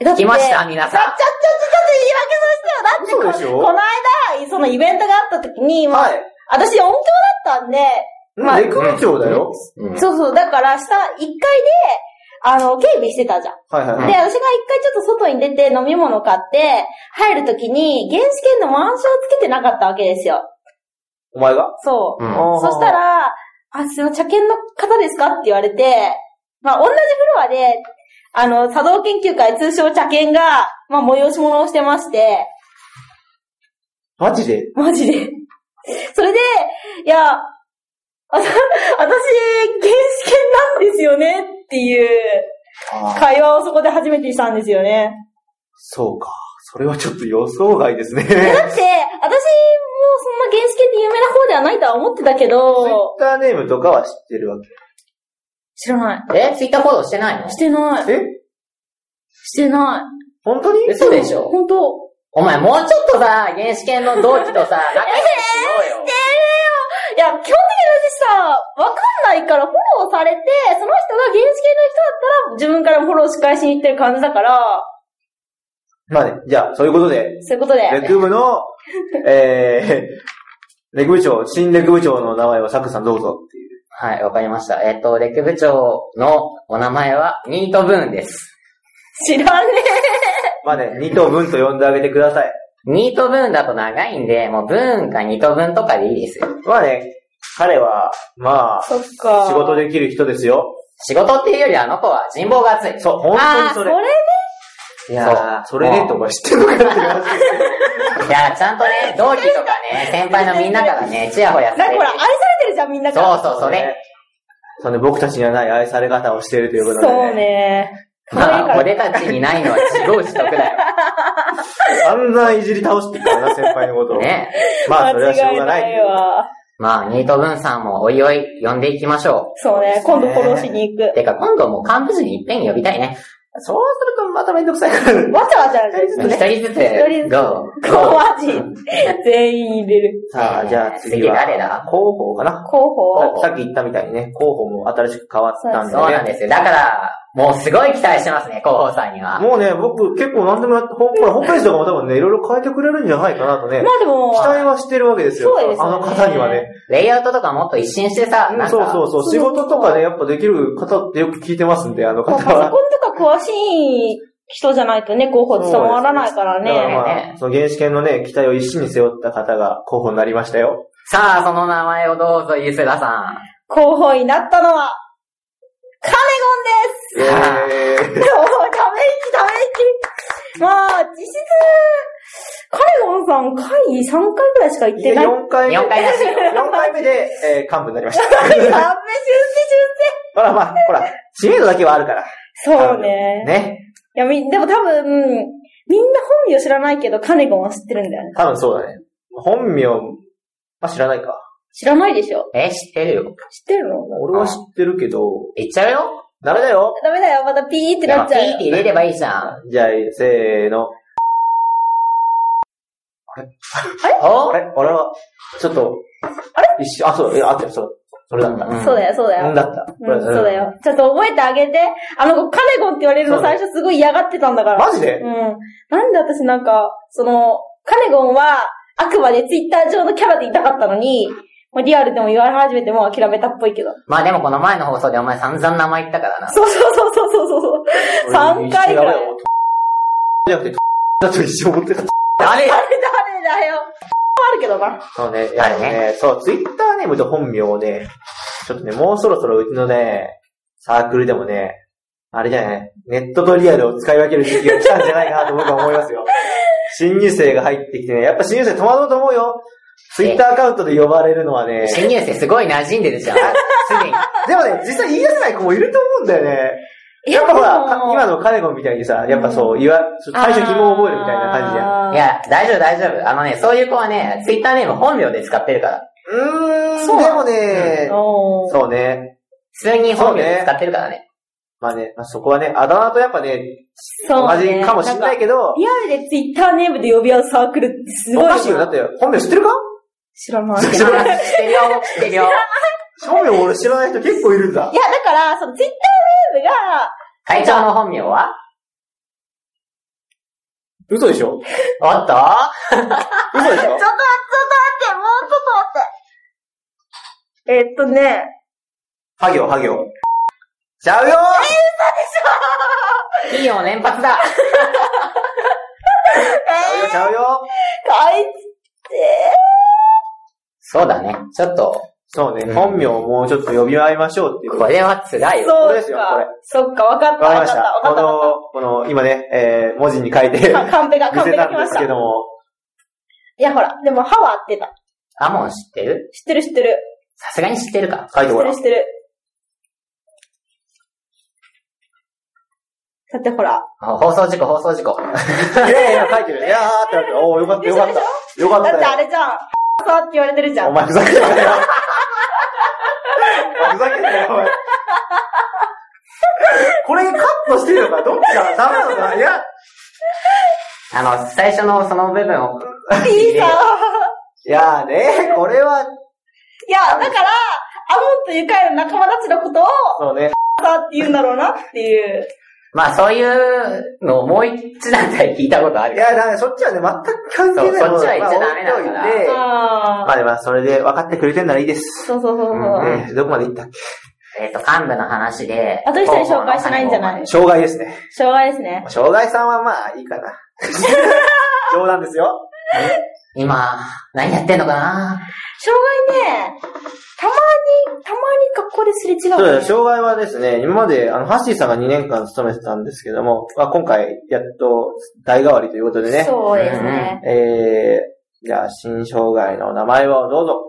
Speaker 1: えだって
Speaker 2: 来ました皆さん
Speaker 1: ちょ、ちょ、ちょ、ちょ、ちょっと言い訳させてよ。だってこ、この間、そのイベントがあった時に、まあ
Speaker 3: はい。
Speaker 1: 私音響だったんで、まあ
Speaker 3: レク部長だよ。
Speaker 2: うん
Speaker 1: そうそう、だから下、1階で、あの、警備してたじゃん。
Speaker 3: はいはい
Speaker 1: で、
Speaker 3: は
Speaker 1: 私が一
Speaker 3: い。
Speaker 1: 回ちょっと外に出て飲み物買って、入るときに、原始圏の腕章をつけてなかったわけですよ。
Speaker 3: お前が
Speaker 1: そう。
Speaker 2: うん
Speaker 3: あー
Speaker 1: そしたら、あ、すいません、茶犬の方ですかって言われて、まあ、同じフロアで、あの、茶道研究会、通称茶犬が、まあ、催し物をしてまして、
Speaker 3: マジで
Speaker 1: マジで。それで、いや、あた私、原始犬なんですよねっていう会話をそこで初めてしたんですよね。
Speaker 3: そうか。それはちょっと予想外ですね。ツイ
Speaker 1: だって、私もそんな原始系って有名な方ではないとは思ってたけど
Speaker 3: ッ、ターネームとかは知ってるわけ。
Speaker 1: 知らない。
Speaker 2: え、ツイッターフォローしてないの
Speaker 1: してない。
Speaker 3: え
Speaker 1: してない。
Speaker 3: 本当に
Speaker 2: 嘘でしょ
Speaker 1: ほんと。
Speaker 2: お前もうちょっとさ、原始圏の同期 とさ、仲良くしようよ。
Speaker 1: いや、基本的に私さ、わかんないからフォローされて、その人が原始系の人だったら、自分からフォローし返しに行ってる感じだから、
Speaker 3: まあね、じゃあ、そういうことで、
Speaker 1: そういうことで。
Speaker 3: レク部の、えー、レク部長、新レク部長の名前はサクさんどうぞっていう。
Speaker 2: はい、わかりました。えっ、と、レク部長のお名前は、ミートブーンです。
Speaker 1: 知らね
Speaker 3: まあね、二等分と呼んであげてください。
Speaker 2: ミートブーンだと長いんで、もうブーンかニトブーンとかでいいですよ。
Speaker 3: まあね、彼は、まあ
Speaker 1: え。、そっか。
Speaker 3: 仕事。できる人ですよ。
Speaker 2: 仕事っていうよりあの子は人望が厚い。
Speaker 3: そう、本当に
Speaker 1: あー、
Speaker 3: そ
Speaker 1: そ
Speaker 3: れ
Speaker 1: れ。
Speaker 3: いやーそれね、とか知ってるのかって話ですよ
Speaker 2: いや、ちゃんとね、同期とか ね、先輩のみんなからね、ちやほや
Speaker 1: なん
Speaker 2: さ
Speaker 1: か
Speaker 2: れ
Speaker 1: ほ
Speaker 2: て
Speaker 1: ら、愛されてるじゃん、みんなから。
Speaker 2: そうそう、それ。。
Speaker 3: その僕たちにはない愛され方をしているということで、
Speaker 1: そう。ね。可愛い
Speaker 2: ま
Speaker 1: か
Speaker 2: あ、
Speaker 1: ら
Speaker 2: 俺たちにないのは自業自得だよ。
Speaker 3: 散々いじり倒してきたな、先輩のことを。
Speaker 2: ね。
Speaker 3: まあ、それはしょうがな
Speaker 1: 間違
Speaker 3: い
Speaker 1: いない。わ。
Speaker 2: まあ、ニートブーンさんもおいおい、呼んでいきましょ
Speaker 1: そうね、今度フォローしに行
Speaker 2: う。
Speaker 1: く。
Speaker 2: てか、今度もう幹部陣いっぺんに呼びたいね。
Speaker 3: そうするとまためんどくさいから。
Speaker 1: わちゃわちゃな
Speaker 3: 二人ず
Speaker 1: んで。
Speaker 2: 一人ずつ、
Speaker 1: 人ずつ
Speaker 2: GO!
Speaker 1: こうマジ。全員入れる。
Speaker 3: さあ、じゃあ次は。
Speaker 2: 次誰だ
Speaker 3: 広報かな。
Speaker 1: 候補
Speaker 2: 候補
Speaker 3: さっき言ったみたいにね、広報も新しく変わったんで、ね。
Speaker 2: そうなんですよ。だから、もうすごい期待してますね、広報さんには。
Speaker 3: もうね、僕結構何でもやって、ほんほらホームページとかも多分ね、いろいろ変えてくれるんじゃないかなとね
Speaker 1: ま、あでも、
Speaker 3: 期待はしてるわけですよ。
Speaker 1: そうですよ
Speaker 3: あ
Speaker 1: ね
Speaker 3: の方にはね。
Speaker 2: レイアウトとかもっと一新してさ、なんか、
Speaker 3: そうそうそう。
Speaker 1: そう
Speaker 3: 仕事とかね、やっぱできる方ってよく聞いてますんで、あの
Speaker 1: まあ
Speaker 3: 方
Speaker 1: パソ
Speaker 3: は。
Speaker 1: コンとか詳しい人じゃないとね、候補務まらないから
Speaker 3: だから
Speaker 1: ね。
Speaker 3: まあ、その原始圏のね、期待を一身に背負った方が候補になりましたよ。
Speaker 2: さあ、その名前をどうぞ、ゆすださん。
Speaker 1: 候補になったのは、カネ
Speaker 3: え ー
Speaker 1: ゴンですおーため息ため息まあ、実質、カネゴンさん会議3回くらいしか行っ
Speaker 3: で、
Speaker 1: てない。 ダメ、
Speaker 3: 4回目。
Speaker 2: 4回らしいよ。
Speaker 3: 4回目で、えー、幹部になりま し
Speaker 1: 出世出世
Speaker 3: た。ほら、まあ、ほら、知名度だけはあるから。
Speaker 1: そうね。
Speaker 3: ね。
Speaker 1: いや、み、でも多分、みんな本名知らないけど、カネゴンは知ってるんだよね。
Speaker 3: 多分そうだね。本名、あ、知らないか。
Speaker 1: 知らないでしょ
Speaker 2: え、知ってるよ。
Speaker 1: 知ってるの
Speaker 3: 俺は知ってるけど、
Speaker 2: 言っちゃうよ。
Speaker 3: ダメだよ。
Speaker 1: ダメだよ、またピーって
Speaker 2: い
Speaker 1: な
Speaker 2: や
Speaker 1: っちゃう
Speaker 2: ピー
Speaker 1: よ
Speaker 2: って。入れればいいじゃん。
Speaker 3: じゃあ、せーの。
Speaker 2: お
Speaker 3: あれ俺は、ちょっと、
Speaker 1: あれ
Speaker 3: 一瞬、あ、そうだ、いや、あってそう。それだった。
Speaker 2: うん
Speaker 1: そうだよ、そうだ
Speaker 3: う
Speaker 1: よ
Speaker 3: ん。だった。
Speaker 1: うん、そうだよ。ちょっと覚えてあげて。あの子、カネゴンって言われるの最初すごい嫌がってたんだから。
Speaker 3: マジで
Speaker 1: うん。なんで私なんか、その、カネゴンは、あくまでツイッター上のキャラでいたかったのに、もうリアルでも言われ始めてもう諦めたっぽいけど。
Speaker 2: まあでもこの前の放送でお前散々名前言ったからな。
Speaker 1: そうそうそうそうそうそう。3回ぐらい。
Speaker 3: 俺一瞬やばいよじゃなくて、だと一生思ってた。
Speaker 1: 誰
Speaker 2: 誰
Speaker 1: 誰だよ。あるけどな。
Speaker 3: そうね、
Speaker 2: あ
Speaker 3: あ
Speaker 2: れ
Speaker 3: の
Speaker 2: ね
Speaker 3: ね、そう、ツイッターネームと本名をね、ちょっとね、もうそろそろうちのね、サークルでもね、あれじゃない、ネットとリアルを使い分ける時期が来たんじゃないかなと僕は思いますよ。新入生が入ってきてね、やっぱ新入生戸惑うと思うよ。ツイッターアカウントで呼ばれるのはね、
Speaker 2: 新入生すごい馴染んでるじ ゃん。すでに。
Speaker 3: でもね、実際言い出せない子もいると思うんだよね。やっぱほら、か今のカネゴンみたいにさ、やっぱそう、いわ、最初疑問を覚えるみたいな感じじゃん。
Speaker 1: ゃ
Speaker 2: いや、大丈夫大丈夫。あのね、そういう子はね、ツイッターネーム本名で使ってるから。
Speaker 3: うーん、
Speaker 1: そう
Speaker 3: でもね、
Speaker 1: おー
Speaker 3: そうね。
Speaker 2: 普通に本名で使ってるからね。
Speaker 3: まあね、まあ、そこはね、あだ名とやっぱね、
Speaker 1: そう
Speaker 3: 同
Speaker 1: ね
Speaker 3: じかもしんないけど、
Speaker 1: リアルでツイッターネームで呼び合うサークルってす
Speaker 3: お
Speaker 1: ごいな。
Speaker 3: かしいよ。だって、本名知ってるか
Speaker 1: 知ら ない。
Speaker 2: 知ってるよ、知ってるよ。
Speaker 3: 本名俺知らない人結構いるんだ
Speaker 1: い。や、だから、そのツイッターネームが、
Speaker 2: 会長の本名は
Speaker 3: 嘘でしょ
Speaker 2: おっと
Speaker 3: 嘘でし
Speaker 1: ちょ
Speaker 3: ょ
Speaker 1: っと待って、ちょっと待って、もうちょっと待って。えっとね、
Speaker 3: ハ行、ハ行。ちゃうよ
Speaker 2: 企業連発だ
Speaker 1: え
Speaker 3: ーちゃうよ
Speaker 1: ー、かいって
Speaker 2: そうだね。ちょっと、
Speaker 3: そう
Speaker 2: う
Speaker 3: ね、
Speaker 2: ん
Speaker 3: 本名をもうちょっと呼び合いましょうっていうこと
Speaker 2: これは辛いよ。
Speaker 3: こ
Speaker 1: そう
Speaker 3: れですよこれ
Speaker 1: か。そっか、わかった、
Speaker 3: わか
Speaker 1: わ
Speaker 3: り
Speaker 1: か
Speaker 3: ま
Speaker 1: っ、
Speaker 3: したた
Speaker 1: わ。か
Speaker 3: こ
Speaker 1: った。わ
Speaker 3: の、この、今ね、えー、文字に書 い て、見せ
Speaker 1: かったカンペが、カンペが
Speaker 3: た
Speaker 1: 来
Speaker 3: ん
Speaker 1: ま
Speaker 3: で
Speaker 1: し
Speaker 3: す
Speaker 1: た。
Speaker 3: け
Speaker 1: い
Speaker 3: ども、
Speaker 1: や、ほら、でも歯は合ってた。
Speaker 2: アモン知ってる
Speaker 1: 知ってる知ってる。
Speaker 2: さすがに知ってるか。
Speaker 3: 書いて
Speaker 1: 知っ
Speaker 3: ご
Speaker 1: てる
Speaker 3: らん
Speaker 1: 知。ってる。だってほら、
Speaker 2: 放送事故、放送事故。
Speaker 3: いやいや、書いてる。いやーってなってる、おー、よかった、よかった。よか
Speaker 1: だってあ
Speaker 3: っ
Speaker 1: れじゃん、さって言われてるじ
Speaker 3: た
Speaker 1: ゃん。
Speaker 3: よ。お前ふざけんなよ。お前ふざけんなよ、お前。これカットしてるのかどっちかダメなのかいや、
Speaker 2: あの、最初のその部分を、
Speaker 1: いいさ。
Speaker 3: いやーね、これは、
Speaker 1: いや、だから、アモンとユカイの仲間たちのことを、
Speaker 3: そうね、
Speaker 1: さって言うんだろうなっていう。
Speaker 2: まあそういうのをもう一段階聞いたことあ
Speaker 3: い
Speaker 2: る。
Speaker 3: や、だめ、そっちはね、全く関係ない
Speaker 2: そうそっちは言っちゃダメだから
Speaker 3: まあ置いといて
Speaker 1: あ
Speaker 3: まあでも、それで分かってくれてんならいいです。
Speaker 1: そうそうそうそう。
Speaker 2: うん
Speaker 3: ね、どこまで行ったっけ
Speaker 2: えっ、と、幹部の話で。
Speaker 1: あと一人紹介してないんじゃない
Speaker 3: 障害ですね。
Speaker 1: 障害ですね。
Speaker 3: 障害さんはまあ、いいかな。 冗談ですよ。
Speaker 2: 今、何やってんのかな
Speaker 1: 障害ね、たまに、たまに学校ですれ違
Speaker 3: そ
Speaker 1: う、
Speaker 3: うで
Speaker 1: ね。
Speaker 3: す障害はですね、今まで、あの、ハッシーさんが2年間勤めてたんですけども、まあ、今回、やっと、代替わりということでね、
Speaker 1: そうですね。
Speaker 3: えー、じゃあ、新障害の名前をどうぞ。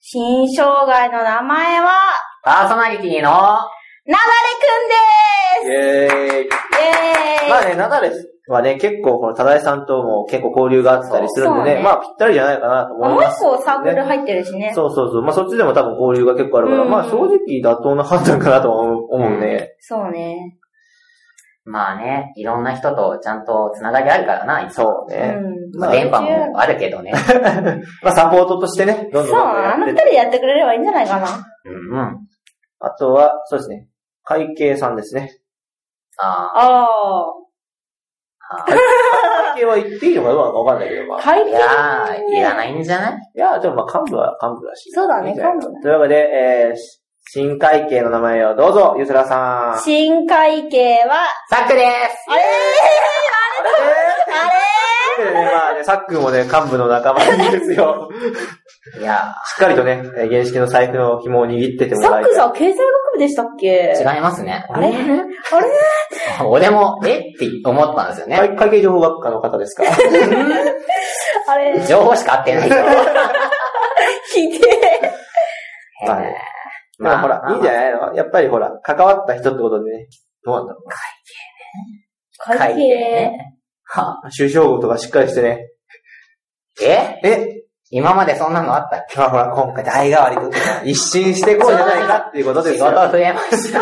Speaker 1: 新障害の名前は、
Speaker 2: パーソナリティの、
Speaker 1: なだれくん
Speaker 3: イ
Speaker 1: で
Speaker 3: ェ
Speaker 1: すイェ
Speaker 3: ーイ。
Speaker 1: ーイ、
Speaker 3: まあね、ナダレはね、結構、この、ただいさんとも結構交流があったりするん
Speaker 1: そうそ
Speaker 3: で
Speaker 1: う
Speaker 3: ね、
Speaker 1: ね
Speaker 3: まあ、ぴったりじゃないかなと
Speaker 1: あも
Speaker 3: 思
Speaker 1: う
Speaker 3: います、
Speaker 1: 一個サークル入ってるしね。
Speaker 3: そうそうそう。まあ、そっちでも多分交流が結構あるから、
Speaker 1: うん
Speaker 3: まあ、正直妥当な判断かなとは思う思うね。
Speaker 1: そうね。
Speaker 2: まあね、いろんな人とちゃんとつながりあるからな、いつも
Speaker 1: う
Speaker 3: そうね。
Speaker 1: ん。
Speaker 2: まあ、
Speaker 3: まあ
Speaker 2: 電波もあるけどね。
Speaker 3: まあ、サポートとしてね、どんど
Speaker 1: そうん
Speaker 3: どんどんや
Speaker 1: あの
Speaker 3: っ
Speaker 1: 二
Speaker 3: てて
Speaker 1: 人でやってくれればいいんじゃないかな。
Speaker 2: うんうん。
Speaker 3: あとは、そうですね。会計さんですね。
Speaker 2: あ
Speaker 1: あ
Speaker 3: 会計は言っていいのかどうなのかわかんないけど、ま
Speaker 1: あ。
Speaker 3: あ。
Speaker 1: 会
Speaker 2: ーい
Speaker 1: 計
Speaker 2: や
Speaker 1: ね
Speaker 2: ー、いらないんじゃない
Speaker 3: いや、でもまあ、幹部は幹部だし。
Speaker 1: そうだね
Speaker 3: いいんじゃない
Speaker 1: 幹部だね
Speaker 3: というわけで、えー、し新会計の名前をどうぞ、ゆすらさん。
Speaker 1: 新会計は、
Speaker 2: サックで
Speaker 1: あれーあれ
Speaker 3: えー、というわけでね、まあね、さっくんもね、幹部の仲間にで すよ。
Speaker 2: すいや
Speaker 3: しっかりとね、えー原式の財布の紐を握ってて
Speaker 1: ー
Speaker 3: も
Speaker 1: さ
Speaker 3: ら
Speaker 1: っ
Speaker 3: い
Speaker 1: くん
Speaker 3: たい。
Speaker 1: さん、経済学部でしたっけ
Speaker 2: ー、違いますね。
Speaker 1: あれあれ
Speaker 2: 俺も、えって思ったんですよね。
Speaker 3: 会会計情報学科の方ですか
Speaker 1: あれ
Speaker 2: 情報しか合ってない けど。
Speaker 1: ひでえ。
Speaker 3: まあねでもほら、いいんじゃないのやっぱりほら、関わった人ってことでね、どうなんだろ
Speaker 2: 会
Speaker 1: 会
Speaker 2: 計
Speaker 1: 計。
Speaker 2: ね。は
Speaker 3: う。就職とかしっかりしてね。
Speaker 2: え
Speaker 3: え
Speaker 2: 今までそんなのあったっ
Speaker 3: まあほら、今回代替わりとか、一新してこうじゃないかっていうこと
Speaker 2: け
Speaker 3: で
Speaker 2: 仕
Speaker 3: す よ。頑
Speaker 2: 事増えました。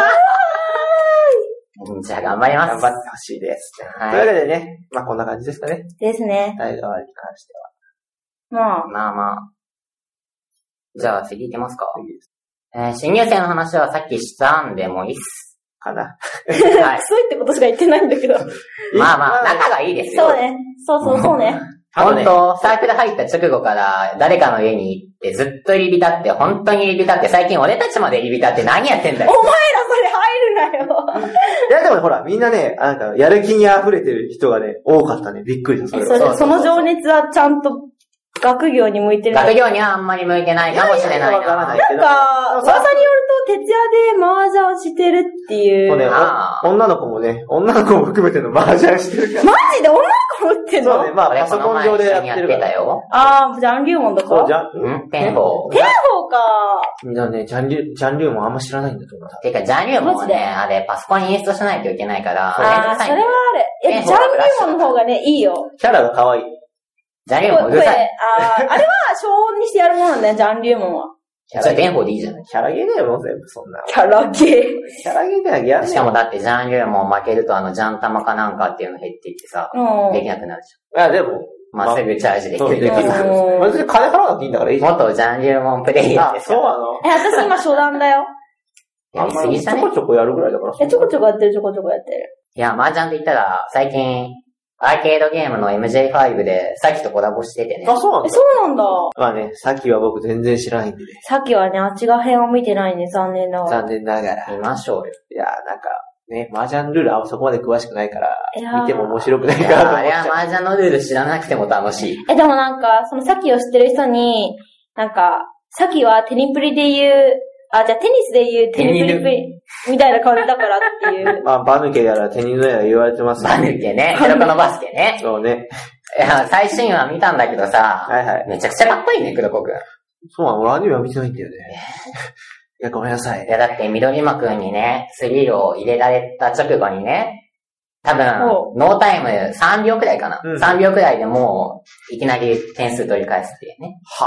Speaker 2: じゃあ頑張ります。
Speaker 3: 張ってほしいです。という
Speaker 2: は
Speaker 3: わ
Speaker 2: い。
Speaker 3: けでね、まあこんな感じですかね。
Speaker 1: ですね。
Speaker 3: 代替わりに関しては。
Speaker 1: まあ、
Speaker 2: まあまあ。じゃあ次行きますか。えー新入生の話はさっきしたんでもいいっ す。
Speaker 3: かな。
Speaker 2: はい
Speaker 1: ク。ソいってことしか言ってないんだけど。
Speaker 2: まあまあ、仲がいいですよ。
Speaker 1: そうね。そうそうそうね。
Speaker 3: あと
Speaker 2: 本
Speaker 3: ね
Speaker 2: 当、サークル入った直後から誰かの家に行ってずっと入り浸って、本当に入り浸って、最近俺たちまで入り浸って何やってんだ よ。
Speaker 1: お前らそれ入るなよ。
Speaker 3: いやでもほら、みんなね、なんか、やる気に溢れてる人がね、多かったね。びっくりした、そ
Speaker 1: え
Speaker 3: れ
Speaker 1: そ
Speaker 3: は。
Speaker 1: れその情熱はちゃんと学業に向いてるの
Speaker 2: 学業にはあんまり向いてないかもしれない
Speaker 3: わからな
Speaker 2: な。
Speaker 3: いけど。
Speaker 1: なんか、噂によると、徹夜で麻雀をしてるってい
Speaker 3: そう
Speaker 1: う。
Speaker 3: ね、
Speaker 2: あー
Speaker 3: お女の子もね、女の子も含めての麻雀してるか
Speaker 1: マジで女の子打って
Speaker 3: ら。
Speaker 1: んの、
Speaker 3: そうね、まあ
Speaker 2: 俺
Speaker 3: パ
Speaker 2: こ
Speaker 3: ソ
Speaker 2: の
Speaker 3: コン
Speaker 2: 前
Speaker 3: 上で
Speaker 2: 一
Speaker 3: や
Speaker 2: 緒
Speaker 3: っ
Speaker 2: にやって
Speaker 3: るか
Speaker 2: てた
Speaker 3: ら。
Speaker 2: よ。
Speaker 1: ああ、ジャンリュウモンとか
Speaker 3: そう、じゃん、
Speaker 2: うん、ペンホー。
Speaker 1: 天宝か。
Speaker 3: みんなね、ジャンル、ジャンルもあんま知らないんだと思うな。
Speaker 2: てか、ジャニューも
Speaker 1: マジで
Speaker 2: ね、あれ、パソコンにインストしないといけないから、
Speaker 1: ああ、それはある。
Speaker 2: 天
Speaker 1: え、ジ
Speaker 2: 宝
Speaker 1: ャン
Speaker 2: は
Speaker 1: リュウモンの方がね、いいよ。
Speaker 3: キャラが可愛い。
Speaker 2: ジャニューも
Speaker 1: 声、
Speaker 2: うる
Speaker 1: 声
Speaker 2: さ
Speaker 1: あ
Speaker 2: い。
Speaker 1: あ、あれは小音にしてやるものね、ジャンリュウモンは。
Speaker 2: じゃあ、ペンホーでいいじゃん。
Speaker 3: キャラゲーだよ、もう全部そんな。
Speaker 1: キャラ系。
Speaker 3: キャラゲーだよ、ギャラ
Speaker 2: しかもだって、ジャンリューも負けると、あの、ジャン玉かなんかっていうの減っていってさ、
Speaker 1: うん。
Speaker 2: できなくなるじ
Speaker 3: あ、でも、
Speaker 2: ゃん。まあ、すぐチャージでき
Speaker 3: そう
Speaker 2: る
Speaker 3: でき
Speaker 2: け
Speaker 3: る
Speaker 2: ど
Speaker 3: か
Speaker 2: さ。
Speaker 3: ら。
Speaker 1: うん
Speaker 3: 別に金払わなくていいんだからいいじゃん。
Speaker 2: 元ジャンリューモンプレイヤー
Speaker 3: あ
Speaker 2: で、す
Speaker 3: そうなの
Speaker 1: え、私今初段だよ。
Speaker 2: や
Speaker 3: あ
Speaker 2: り
Speaker 3: んます
Speaker 2: ぎ
Speaker 3: り
Speaker 2: じ
Speaker 3: ち
Speaker 2: ゃ
Speaker 3: ょ
Speaker 2: ね
Speaker 3: こちょこやるぐらいだから。
Speaker 1: え、ちょこちょこやってる、ちょこちょこやってる。
Speaker 2: いや、麻雀で言ったら、最近、アーケードゲームの MJ5 で、さっきとコラボしててね。
Speaker 3: あ、そうなん
Speaker 1: え、
Speaker 3: だ。
Speaker 1: そうなんだ。
Speaker 3: まあね、さっきは僕全然知らないんでね。
Speaker 1: さっきはね、あっち側編を見てないね、残念ながら。
Speaker 3: 残念ながら。
Speaker 2: 見ましょうよ。
Speaker 3: いやーなんか、ね、麻雀ルールはそこまで詳しくないから、
Speaker 1: いやー
Speaker 3: 見ても面白くない
Speaker 2: い
Speaker 3: かな
Speaker 2: やあ
Speaker 3: と思っ
Speaker 2: れ
Speaker 3: ち
Speaker 2: は
Speaker 3: ゃ。
Speaker 2: 麻雀のルール知らなくても楽しい。
Speaker 1: え、でもなんか、そのさっきを知ってる人に、なんか、さっきはテニプリで言う、あ、じゃあテニスで言うテニプリプリみたいな感じだからっていう う。
Speaker 3: まあ、バヌケやらテニスやら言われてます
Speaker 2: バヌケね。ヘロコのバスケね。
Speaker 3: そうね。
Speaker 2: いや、最新話見たんだけどさ、
Speaker 3: はいはい。
Speaker 2: めちゃくちゃかっこいいね、黒子くん。
Speaker 3: そうなの、俺アニメは見てないんだよね。いや、ごめんなさい
Speaker 2: い。や、だって、緑間くんにね、スリルを入れられた直後にね、多分
Speaker 1: そ、
Speaker 2: ノータイム3秒くらいかな。
Speaker 3: うん
Speaker 2: 3秒くらいでもう、いきなり点数取り返すっていうね。
Speaker 3: は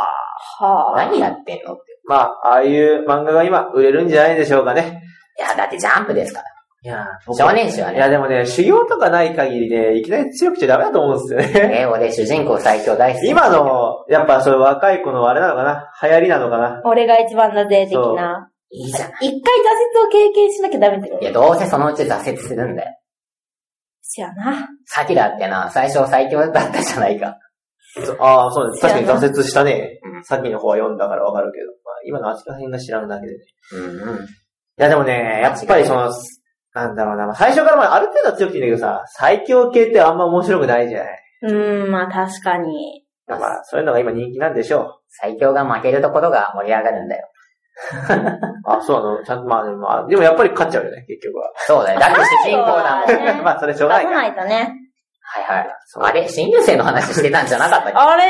Speaker 3: あ。
Speaker 1: はぁ、
Speaker 2: 何やってんのって。
Speaker 3: まあ、ああいう漫画が今売れるんじゃないでしょうかね。
Speaker 2: いや、だってジャンプですから。
Speaker 3: いや、
Speaker 2: 少年誌はい
Speaker 3: や、
Speaker 2: ね。
Speaker 3: でもね、修行とかない限りね、いきなり強くちゃダメだと思うんですよね。
Speaker 2: え、俺、主人公最強大好き。
Speaker 3: 今の、やっぱそういう若い子のあれなのかな流行りなのかな
Speaker 1: 俺が一番だぜ、的な。
Speaker 2: いいじゃない。
Speaker 1: 一回挫折を経験しなきゃダメだよ
Speaker 2: い。や、どうせそのうち挫折するんだよ。
Speaker 1: そやな。
Speaker 2: さきだってな、最初最強だったじゃないか。
Speaker 3: そああ、そうです。確かに挫折したね
Speaker 2: う。ん
Speaker 3: さっきの方は読んだからわかるけど。まあ、今の扱い編が知らんだけでね。い
Speaker 2: うんうん。
Speaker 3: や、でもね、やっぱりその、なんだろうな、まあ、最初からまあある程度は強くていいんだけどさ、最強系ってあんま面白くないじゃない。
Speaker 1: うーん、まあ確かに。
Speaker 3: まあ、そういうのが今人気なんでしょ
Speaker 2: 最強が負けるところが盛り上がるんだよ。
Speaker 3: う。あ、そうなの。ちゃんと、まあ、でもまあ、でもやっぱり勝っちゃうよね、結局は。
Speaker 2: そうだよ。だって主人公だもん。
Speaker 1: そうだね
Speaker 3: まあ、それしょう
Speaker 1: 出
Speaker 3: が
Speaker 1: さ
Speaker 3: ないから。
Speaker 1: ないとね。
Speaker 2: はいはい。あれ新入生の話してたんじゃなかったっけ
Speaker 1: あれ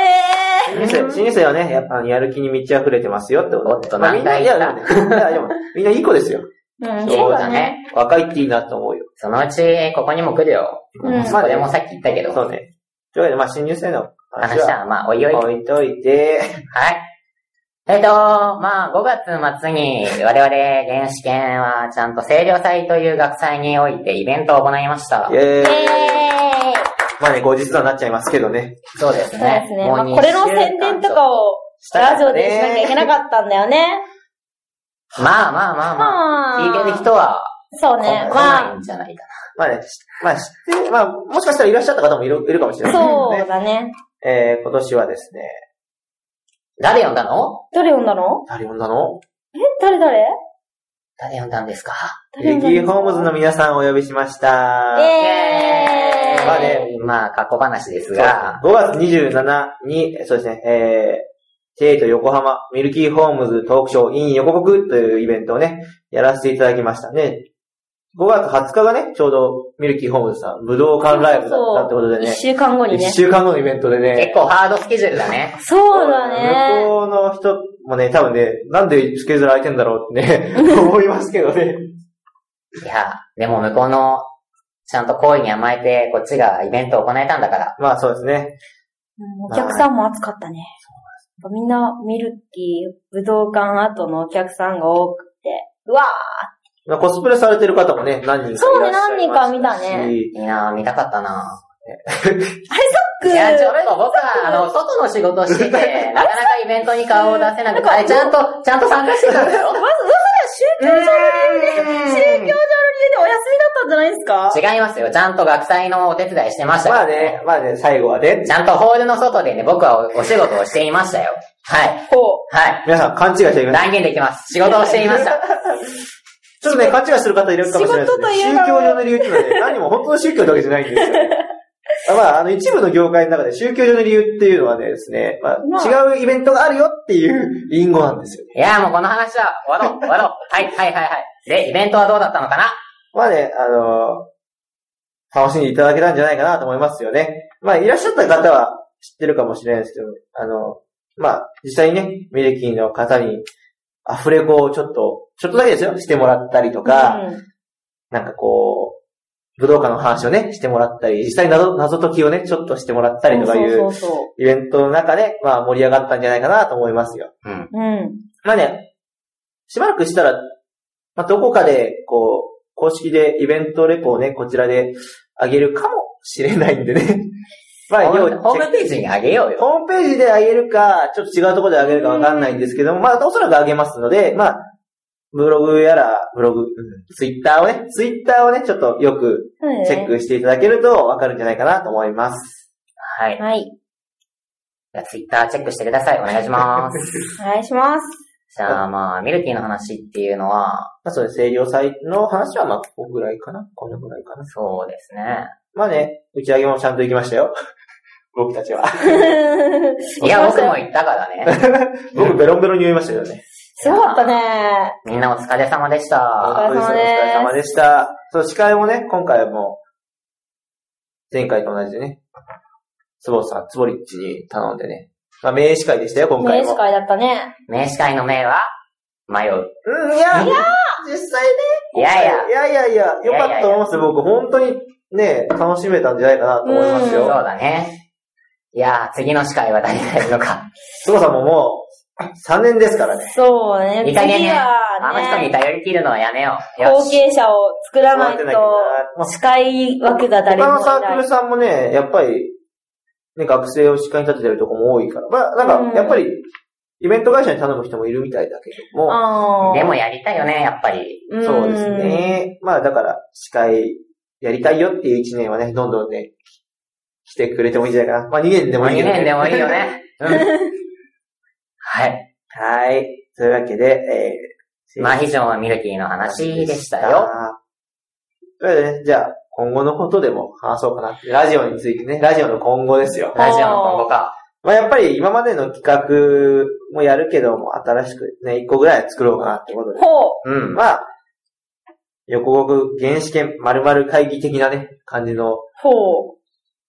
Speaker 3: 新入生、
Speaker 1: ー
Speaker 3: 新入生はね、やっぱやる気に満ち溢れてますよってこと
Speaker 2: おっと
Speaker 3: まあみんな、いや、で
Speaker 2: な
Speaker 3: も
Speaker 2: ん
Speaker 3: ね、いやでも、みんないい子ですよ。
Speaker 1: うん、
Speaker 2: そう
Speaker 1: だ
Speaker 2: だ
Speaker 1: ね。
Speaker 2: ね。
Speaker 3: 若いっていいなと思うよ。
Speaker 2: そのうち、ここにも来るよ。
Speaker 1: うん
Speaker 2: それもさっき言ったけど。
Speaker 3: そうね。というわけで、まあ、新入生の話
Speaker 2: 話
Speaker 3: は
Speaker 2: は、まあ、おいおい。はい。
Speaker 3: 置いといて、
Speaker 2: えっと、まあ、5月末に、我々、原始研は、ちゃんと清涼祭という学祭においてイベントを行いました
Speaker 3: イ。ェーイ
Speaker 1: イエーイ
Speaker 3: まあね、後日談になっちゃいますけどね。
Speaker 2: そうです
Speaker 1: そうで
Speaker 2: ね
Speaker 1: す。ね。
Speaker 2: も
Speaker 1: ま
Speaker 2: う
Speaker 1: あ、
Speaker 2: 二
Speaker 1: これの
Speaker 2: 週間
Speaker 1: 宣伝とかを
Speaker 3: したらね
Speaker 1: ラジオでしなきゃいけなかったんだよね。
Speaker 2: とまあまあまあまあ。
Speaker 1: まあ。
Speaker 2: 聞いてる人は、
Speaker 1: そう
Speaker 2: 来
Speaker 1: ね。ま
Speaker 2: な
Speaker 1: あ、
Speaker 2: いんじゃないか
Speaker 3: まあね、しまあ、知って、まあ、もしかしたらいらっしゃった方もいるいるかもしれない
Speaker 1: そ
Speaker 3: で
Speaker 1: う
Speaker 3: すね。
Speaker 1: だね。
Speaker 3: えー、今年はですね、
Speaker 2: な。誰呼んだの
Speaker 1: 誰呼んだの
Speaker 3: 誰呼んだの
Speaker 1: え誰誰
Speaker 2: 誰呼んだんですか
Speaker 1: 誰
Speaker 3: ユ
Speaker 1: 呼ん
Speaker 3: キ
Speaker 1: だ
Speaker 3: ーホームズの皆さんをお呼びしました。
Speaker 1: イ
Speaker 2: え
Speaker 1: エーイ
Speaker 2: まあね、まあ、過去話です
Speaker 3: そうですね
Speaker 2: が、
Speaker 3: 5月27に、そうですね、えー、テイト横浜ミルキーホームズトークショー in 横国というイベントをね、やらせていただきましたね。5月20日がね、ちょうどミルキーホームズさん、武道館ライブだったってことで
Speaker 1: 一
Speaker 3: ね、
Speaker 1: 週間後に
Speaker 3: 1
Speaker 1: ね。
Speaker 3: 週間後のイベントで
Speaker 2: 結
Speaker 3: ね、
Speaker 2: 構ハードスケジュールだね。
Speaker 1: そうだね
Speaker 3: 向。こうの人もね、多分ね、なんでスケジュール空いてんだろうって ね、思いますけどね。
Speaker 2: いや、でも向こうの、ちゃんと行為に甘えて、こっちがイベントを行えたんだから。
Speaker 3: まあそうですね。
Speaker 1: うんお客さんも暑かったね。やっぱみんなミルキー、武道館後のお客さんが多くて。うわ
Speaker 3: まあコスプレされてる方もね、何人かいらっしゃいましたし。
Speaker 1: そうね何人か見たね
Speaker 2: いいなぁ、見たかったなぁ。
Speaker 1: ー
Speaker 2: いや、ちょっと僕は、あの、外の仕事をしてて、なかなかイベントに顔を出せなくて、あれちゃんと、ちゃんと参加してたんだ
Speaker 1: ま
Speaker 2: よ。
Speaker 1: ず、それは宗教上の理由で、宗教上の理由でお休みだったんじゃないですか
Speaker 2: 違いますよ。ちゃんと学祭のお手伝いしてました
Speaker 3: ま
Speaker 2: か
Speaker 3: あ
Speaker 2: ら
Speaker 3: ね、まあね、最後はね
Speaker 2: ち、ゃんとホールの外でね、僕はおお仕事をしていましたよ。はい。
Speaker 1: ほ
Speaker 2: はい。
Speaker 3: 皆さん勘違いしちゃいけません
Speaker 2: 断言できます。仕事をしていました。
Speaker 3: ちょっとね、勘違いする方いるかもしれな
Speaker 1: 仕
Speaker 3: いです、ね。
Speaker 1: 事という名
Speaker 3: 宗
Speaker 1: の
Speaker 3: 教上の理由っていうのはね、何も本当の宗教だけじゃないんですよ。まあ、あの、一部の業界の中で宗教上の理由っていうのはね、ですね、まあ、
Speaker 1: ま
Speaker 3: 違うイベントがあるよっていう隠語なんですよ。
Speaker 2: いや、もうこの話は終わろう、終わろう。はい、はい、はい、はい。で、イベントはどうだったのかな
Speaker 3: まあね、あの楽しんでいただけたんじゃないかなと思いますよね。まあ、いらっしゃった方は知ってるかもしれないですけど、あのまあ、実際にね、ミルキーの方にアフレコをちょっと、ちょっとだけですよ、してもらったりと
Speaker 1: う。
Speaker 3: か、
Speaker 1: うん
Speaker 3: なんかこう、武道館の話をね、してもらったり、実際謎、謎解きをね、ちょっとしてもらったりとかい
Speaker 1: そううそうそ
Speaker 3: イベントの中で、まあ盛り上がったんじゃないかなと思いますよ。
Speaker 2: うん。
Speaker 1: う。うん。
Speaker 3: まあね、しばらくしたら、まあどこかで、こう、公式でイベントレポをね、こちらであげるかもしれないんでね。 まあ、
Speaker 2: ホ
Speaker 3: 要
Speaker 2: ー
Speaker 3: チェ
Speaker 2: ムホー
Speaker 3: ッ
Speaker 2: ムページにあげよう
Speaker 3: ク
Speaker 2: よ。
Speaker 3: ホームページであげるか、ちょっと違うところであげるかわかんないんですけども、まあおそらくあげますので、まあ、ブログやら、ブログ、うん、ツイッターをね、ツイッターをね、ちょっとよく
Speaker 1: そうです
Speaker 3: チ
Speaker 1: ね
Speaker 3: ェックしていただけるとわかるんじゃないかなと思います。
Speaker 2: はい。
Speaker 1: はい。
Speaker 2: じゃあ、ツイッターチェックしてください。お願いし ます。
Speaker 1: お願いします。
Speaker 2: じゃあ、まあ、ミルキーの話っていうのは、
Speaker 3: まあ、それ、清涼祭の話はまあ、ここぐらいかなこのぐらいかな
Speaker 2: そうですね。
Speaker 3: まあね、打ち上げもちゃんと行きましたよ。 僕たちは。
Speaker 2: いや、僕も言ったからね。
Speaker 3: 僕、ベロンベロンに言いましたよね。
Speaker 1: すごかったね。
Speaker 2: みんなお疲れ様でし
Speaker 1: お
Speaker 2: た。
Speaker 1: 疲れ様です
Speaker 3: お疲れ様でした。そう、司会もね、今回も、前回と同じでね、つぼさん、つぼりっちに頼んでね。まあ、名司会でしたよ、今回
Speaker 1: 名
Speaker 3: も
Speaker 1: 司。会だったね。
Speaker 2: 名司会の名は、迷う。
Speaker 3: うん、いや、実際
Speaker 2: いやいや。
Speaker 3: いやいやいや、よかったと思いますよ。僕、本当にね、楽しめたんじゃないかなと思います
Speaker 2: そう
Speaker 3: よ。
Speaker 2: だね。いやー、次の司会は誰がいるのか。
Speaker 3: つぼさんももう、3年ですからね。
Speaker 1: そうね。
Speaker 2: いい加減
Speaker 1: 次
Speaker 2: ねあの
Speaker 1: は
Speaker 2: 人に
Speaker 1: ね、
Speaker 2: 頼り切るのはやめよう。よ
Speaker 1: 後
Speaker 2: し。
Speaker 1: 継者を作らない
Speaker 3: 育てきゃな
Speaker 1: と、
Speaker 3: まあ
Speaker 1: 司会枠が誰
Speaker 3: 他
Speaker 1: も
Speaker 3: のサ
Speaker 1: い
Speaker 3: ーク
Speaker 1: な
Speaker 3: ル
Speaker 1: い。
Speaker 3: さんもね、やっぱり、ね、学生を司会に立ててるとこも多いから、まあ、な
Speaker 1: うんん
Speaker 3: か、やっぱり、イベント会社に頼む人もいるみたいだけども、
Speaker 1: あー
Speaker 2: でもやりたいよね、やっぱり。
Speaker 1: ん
Speaker 3: そうですね。まあ、だから、司会やりたいよっていう1年はね、どんどんね、来てくれてもいいんじゃないかな。まあ、2年でもいい
Speaker 2: 2
Speaker 3: よね。
Speaker 2: 年でもいいよ。ね。 うん。はい。
Speaker 3: はい。というわけで、えー、
Speaker 2: マヒジョンはミルキーの話でしたよ。
Speaker 3: よ。というわけでね、じゃあ、今後のことでも話そうかな。ラジオについてね、ラジオの今後ですよ。
Speaker 2: ラジオの今後か。
Speaker 3: まあやっぱり今までの企画もやるけども、新しくね、一個ぐらい作ろうかなってことで。
Speaker 1: ほう。
Speaker 2: うん。
Speaker 3: まあ、横国原始圏〇〇会議的なね、感じの
Speaker 1: ほう。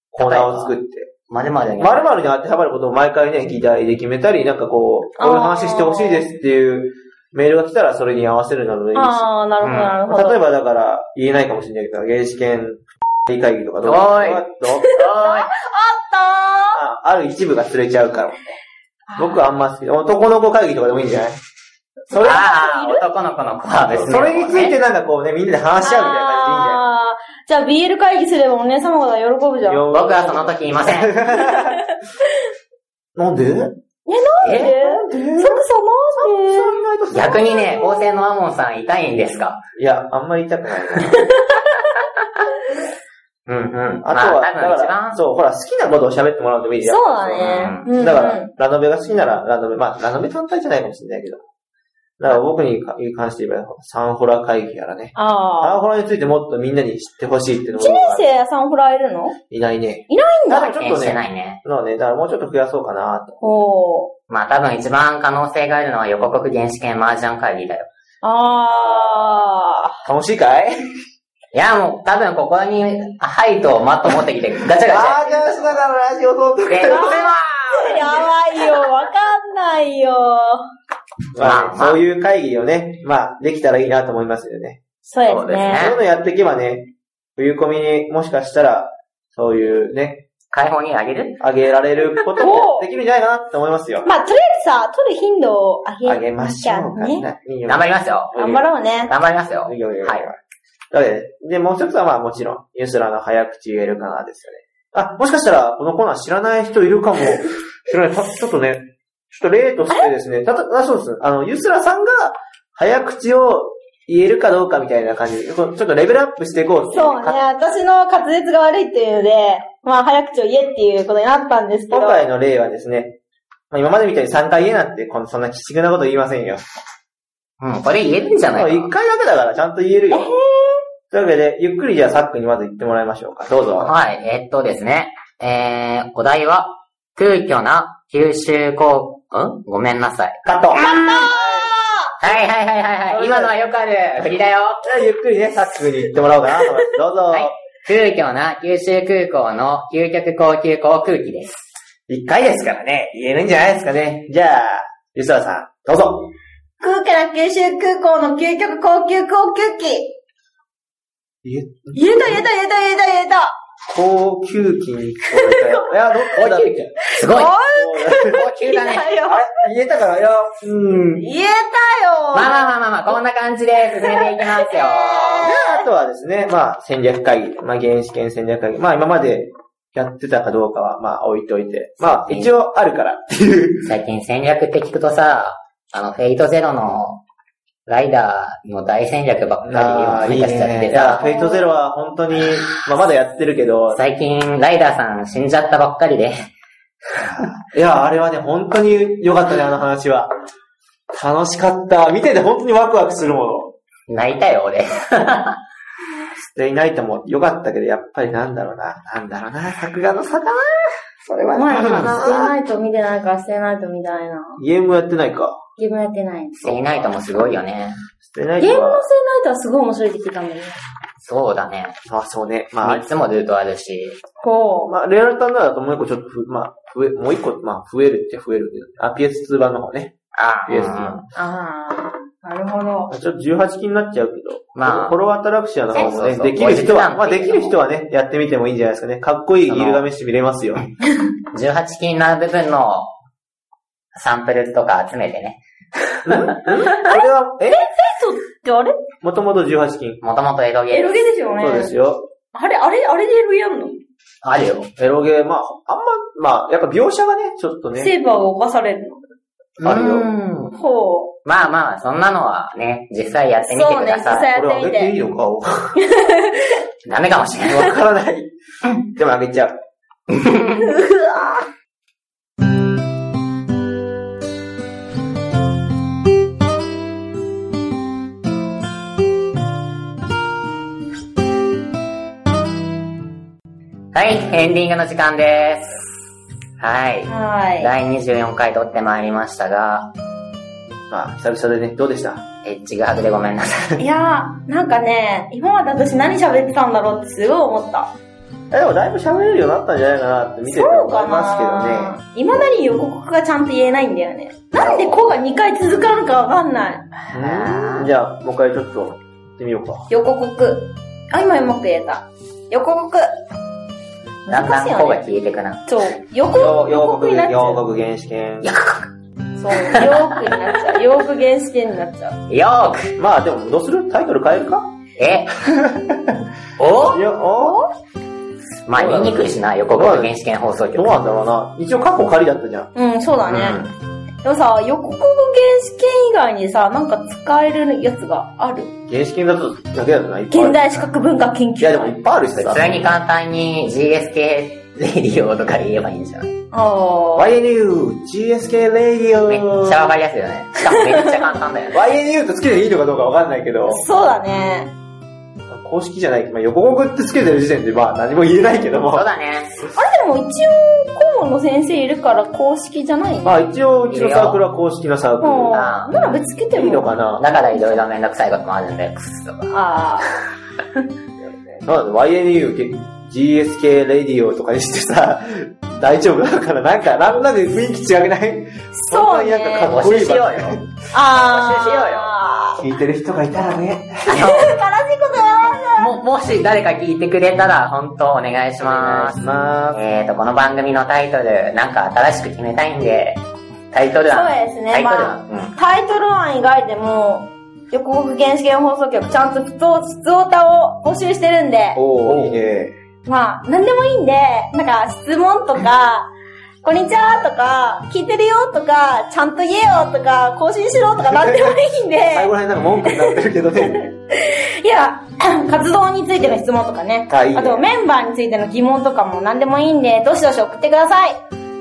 Speaker 3: コーナーを作って。
Speaker 2: まるまるに。
Speaker 3: 〇〇に当てはまることを毎回ね、議題で決めたり、なんかこう、こういう話してほしいですっていうメールが来たらそれに合わせるなどでいいし。
Speaker 1: ああ、なるほど、
Speaker 2: うん
Speaker 1: なるほど。
Speaker 3: 例えばだから、言えないかもしれないけど、原始圏会議とかどう
Speaker 2: おい
Speaker 3: あどう
Speaker 2: おーい。
Speaker 1: あ
Speaker 3: あある一部が釣れちゃうから。僕はあんま好き。男の子会議とかでもいいんじゃないそれ、
Speaker 2: ああ、男の子の子は別に。
Speaker 3: それについてなんかこうね、みんなで話し合うみたいな感
Speaker 1: あーじゃあ BL 会議すればお姉様方喜ぶじ
Speaker 3: じ
Speaker 1: ゃ
Speaker 3: でいいん
Speaker 1: ん。え
Speaker 3: じゃない
Speaker 2: 僕はその時いません。
Speaker 3: なんで
Speaker 2: え
Speaker 1: 即そなんで
Speaker 3: 意外とそう
Speaker 2: 逆にね、法政のアモンさん痛いんですか
Speaker 3: いや、あんまり痛くないな。
Speaker 2: うんうん。
Speaker 3: あとは、
Speaker 2: まあ、多
Speaker 3: だか
Speaker 2: 分一
Speaker 3: ら、
Speaker 2: 番、
Speaker 3: そう、ほら、好きなことを喋ってもらうともいいじゃん。
Speaker 1: そうだね。うんうん
Speaker 3: だから、ラノベが好きなら、ラノベ、まあ、ラノベ単体じゃないかもしれないけど。だから僕に関して言えば、サンホラ会議やらね。
Speaker 1: ああ。
Speaker 3: サンホラについてもっとみんなに知ってほしいっていうのも
Speaker 1: 1年生さんフラいるの
Speaker 3: いないね。
Speaker 1: だ
Speaker 2: 多分
Speaker 3: ちょっとね
Speaker 2: してないね。
Speaker 3: なので、だからもうちょっと増やそうかなと。
Speaker 1: ほう。
Speaker 2: まあ多分一番可能性があるのは予告原始圏麻雀会議だよ。
Speaker 1: ああ。
Speaker 3: 楽しいかい
Speaker 2: いやもう多分ここに、ハイとマット持って きてガチャガチャや
Speaker 3: あー、じゃあ、しながらラジオトー
Speaker 2: って。で、うわ
Speaker 1: やばいよ、わかんないよ。
Speaker 3: ク。まあね、
Speaker 2: まあ
Speaker 3: そういう会議をね、まあ、できたらいいなと思いますよね。
Speaker 1: そうです
Speaker 2: え
Speaker 1: ね。
Speaker 3: そういうのやっていけばね、冬コミにもしかしたら、そういうね、
Speaker 2: 解放にあげる
Speaker 3: あげられることもできるんじゃないかなって思いますよ。
Speaker 1: まあ、とりあえずさ、取る頻度を
Speaker 3: あ
Speaker 1: 上
Speaker 3: げ
Speaker 1: げ
Speaker 3: ま
Speaker 1: な
Speaker 3: し
Speaker 1: きゃ
Speaker 3: ょうか
Speaker 1: ね。
Speaker 3: ね。いいよ
Speaker 2: 頑張りますよ。
Speaker 1: 頑張ろうね。
Speaker 2: 頑張りますよ。
Speaker 3: いいよいいよ
Speaker 2: はい。
Speaker 3: だからねで、もう一つはまあもちろん、ユスラの早口言えるかなですよね。あ、もしかしたら、このコーナー知らない人いるかも。知らない。たちょっとね、ちょっと例としてですね、たとあ、そうです。あの、ユスラさんが早口を言えるかどうかみたいな感じで、こうちょっとレベルアップしていこうってい
Speaker 1: そうね、
Speaker 3: か
Speaker 1: 私の滑舌が悪いっていうので、まあ、早口を言えっていうことになったんですけど
Speaker 3: 今、回の例はですね、まあ、今までみたいに3回言えなんて、このそんな奇跡なこと言いませんよ。
Speaker 2: うん、これ言えるんじゃない
Speaker 3: もう
Speaker 2: か
Speaker 3: 1回だけだからちゃんと言えるよ。というわけで、ゆっくりじゃあさっくんにまず言ってもらいましょうか。どうぞ。
Speaker 2: はい、えっとですね。えー、お題は、空虚な九州高、んごめんなさい。
Speaker 3: カット。
Speaker 2: はいはいはいはいはい。今のはよくある。振りだよ。
Speaker 3: じゃあゆっくりね、さっくんに行ってもらおうかなと思います。どうぞ。
Speaker 2: はい空虚な九州空港の究極高級航空機です。
Speaker 3: 一回ですからね、言えるんじゃないですかね。じゃあ、ゆすらさん、どうぞ。
Speaker 1: 空から九州空港の究極高級高級機。
Speaker 3: え、
Speaker 1: 言えた言えた言えた言えた言えた。
Speaker 3: 高級機に聞こえた よ。いや、どっだっけ
Speaker 2: すごい
Speaker 1: お
Speaker 2: 高級だね。
Speaker 1: だよ。
Speaker 3: あれ言えたから、いや、うん。じ
Speaker 1: 言えたよ。
Speaker 2: まあまあまあまあまあ、こんな感じで進めていきますよ。
Speaker 3: ゃあ、あとはですね、まあ、戦略会議。まあ、原始圏戦略会議。まあ、今までやってたかどうかは、まあ、置いといて。まあ、一応あるからっていう。
Speaker 2: 最近戦略って聞くとさ、あの、フェイトゼロのライダーの大戦略ばっ
Speaker 3: あ
Speaker 2: か
Speaker 3: あ、
Speaker 2: り
Speaker 3: いい
Speaker 2: 思い出しちゃっ
Speaker 3: ね。
Speaker 2: て
Speaker 3: いや、
Speaker 2: さ、
Speaker 3: フェイトゼロは本当に、まあ、まだやってるけど、
Speaker 2: 最近ライダーさん死んじゃったばっかりで、
Speaker 3: いや、あれはね、本当に良かったね、あの話は。楽しかった。見てて本当にワクワクするもの。
Speaker 2: 泣いたよ俺。
Speaker 3: で、いないとも良かったけど、やっぱりなんだろうな。なんだろうな、作画の差かな。それは
Speaker 1: 前、ステ
Speaker 3: な。
Speaker 1: ナイト見てないから、ステナイト見たいな。
Speaker 3: ゲームやってないか。
Speaker 1: ゲームやってない。
Speaker 2: ステイナイトもすごいよね。
Speaker 3: してない
Speaker 1: ゲームのステ
Speaker 3: と
Speaker 1: ナイ
Speaker 3: は。
Speaker 1: トはすごい面白いって聞いたんだよね。
Speaker 2: そうだね。
Speaker 3: あ、そうね。まあ
Speaker 2: 3、つもルートあるし、
Speaker 1: こ
Speaker 3: まあ、レアルタンダーだともう一個ちょっとふ、まあ、増え、もう一個、まあ、増えるって増えるけど、あ、PS2 版の方ね。
Speaker 2: ああ、
Speaker 3: PS2
Speaker 2: うん
Speaker 1: う。ああ、なるほど。
Speaker 3: ちょっと18禁になっちゃうけど、
Speaker 2: まあ
Speaker 3: フォロワーアトラクシアの方もね、
Speaker 2: そうそうそう
Speaker 3: できる人
Speaker 2: もう一
Speaker 3: は、
Speaker 2: 段
Speaker 3: まあ、できる人はね、やってみてもいいんじゃないですかね。かっこいいギルガメッシュ見れますよ。
Speaker 2: 18禁な部分のサンプルとか集めてね。
Speaker 3: それは、え
Speaker 1: で、あれ
Speaker 3: もともと18禁。
Speaker 2: もともとエロゲ
Speaker 1: エロ
Speaker 2: ー。
Speaker 1: ゲですよね。
Speaker 3: そうですよ。
Speaker 1: あれ、あれ、あれでエロゲやるの
Speaker 2: あるよ。
Speaker 3: エロゲー、まあ、あんま、まあ、やっぱ描写がね、ちょっとね、
Speaker 1: セーバーが犯される
Speaker 3: あるよ
Speaker 2: うん
Speaker 1: の。ほう。
Speaker 2: まあまあ、そんなのはね、実際やってみて
Speaker 1: そう
Speaker 2: く
Speaker 1: ね、
Speaker 2: だ
Speaker 1: 実
Speaker 2: さい。
Speaker 1: 際
Speaker 3: これ
Speaker 1: やって
Speaker 3: 上
Speaker 1: み
Speaker 3: げてい
Speaker 1: て。
Speaker 3: いのかわ
Speaker 2: ダメかもしれない。
Speaker 3: からない。 でも上げちゃう。
Speaker 1: うわ
Speaker 2: はい、エンディングの時間です。はい
Speaker 1: ぁ。は
Speaker 2: 第24回撮ってまいりましたが、
Speaker 3: まあ、久々でね、どうでした
Speaker 2: エッジが外れごめんなさい。
Speaker 1: い。いやー、なんかね、今まで私何喋ってたんだろうってすごい思った。
Speaker 3: え、でもだいぶ喋れるようになったんじゃないかなって見てると
Speaker 1: そう
Speaker 3: 思
Speaker 1: か
Speaker 3: いま
Speaker 1: な未だに予告がちゃんと言えないんだよね。なんでこうが2回続かんかわかんない。
Speaker 3: すけどね。うんじゃあ、もう一回ちょっと、行ってみようか。
Speaker 1: 予告。あ、今うまく言えた。予告。
Speaker 2: だん
Speaker 1: 難
Speaker 2: だん
Speaker 1: しい
Speaker 2: 声
Speaker 1: よ
Speaker 2: が
Speaker 1: ね。
Speaker 2: 消えてくな。
Speaker 1: そう。予
Speaker 3: よ
Speaker 1: 告、予
Speaker 3: う洋
Speaker 1: 告
Speaker 3: 国、
Speaker 1: になっちゃ
Speaker 3: 洋
Speaker 1: う。
Speaker 3: 国原始圏。
Speaker 1: そう。洋服になっちゃう。洋服原始圏になっちゃう。
Speaker 2: よーく
Speaker 3: まあ、でも、どうするタイトル変えるか
Speaker 2: えお
Speaker 3: いや、お
Speaker 2: まあ言いにくいしな、横国原始権放送局
Speaker 3: どう。なんだろうな。一応、過去仮だったじゃん。
Speaker 1: うん、そうだね。でもさ、予告語原始圏以外にさ、なんか使えるやつがある。
Speaker 3: 原始圏だと、だけだとな、いっぱいある
Speaker 1: 現。代視覚文化研究
Speaker 3: いや、でもいっぱいあるし
Speaker 2: 普
Speaker 3: さ。
Speaker 2: 通に簡単に GSK レディオとかで言えばいいんじゃない
Speaker 1: ああ。
Speaker 3: YNU、GSK レディ
Speaker 2: めっ
Speaker 3: オ。
Speaker 2: ちゃわかりやすいよね。しかもめっちゃ簡単だよ ね。
Speaker 3: YNU ってつけていいのかどうかわかんないけど、
Speaker 1: そうだね。
Speaker 3: 公式じゃない、まあ、横国ってつけてる時点で、まあ、何も言えないけども
Speaker 2: そう。だね。
Speaker 1: あれでも一応、顧問の先生いるから公式じゃない
Speaker 3: まあ、一応、うちのサークルは公式のサーク
Speaker 1: もう、
Speaker 2: あ
Speaker 1: な
Speaker 2: ー
Speaker 1: ら別につけて
Speaker 3: ル。
Speaker 1: も。
Speaker 3: いいのかな
Speaker 2: だからいろいろめんどくさいこともあるんで、くっそ。
Speaker 1: ああ。
Speaker 3: なんだ YNU、GSK レディオとかにしてさ、大丈夫だから、なんか、なんだか雰囲気違くない
Speaker 1: そうね
Speaker 3: 本当になんか
Speaker 2: 募
Speaker 3: かっこい
Speaker 2: 集
Speaker 3: い
Speaker 2: しよ
Speaker 3: わ
Speaker 2: うよ。
Speaker 1: ああ。
Speaker 2: 募集しよう
Speaker 1: よ
Speaker 2: よ
Speaker 3: 聞いてる人がいたらね。
Speaker 1: 悲しいことは
Speaker 2: も、もし誰か聞いてくれたら、本当お願いし
Speaker 3: お願
Speaker 2: ま
Speaker 3: いし
Speaker 2: す。
Speaker 3: ます。
Speaker 2: えーと、この番組のタイトル、なんか新しく決めたいんで、タイトル案。
Speaker 1: そうですね
Speaker 2: タイトル
Speaker 1: まあ
Speaker 2: 案。うん
Speaker 1: タイトル案以外でも、予告原始圏放送局ちゃんと普通、普通歌を募集してるんで。
Speaker 3: おー、いいね。
Speaker 1: まあ、なんでもいいんで、なんか質問とか、こんにちはとか、聞いてるよとか、ちゃんと言えよとか、更新しろとか、なんでもいいんで、
Speaker 3: 最後ら辺なんか文句になってるけどね。
Speaker 1: いや、 活動についての質問とかね、
Speaker 3: あいいね
Speaker 1: あとメンバーについての疑問とかもなんでもいいんで、どしどし送ってください。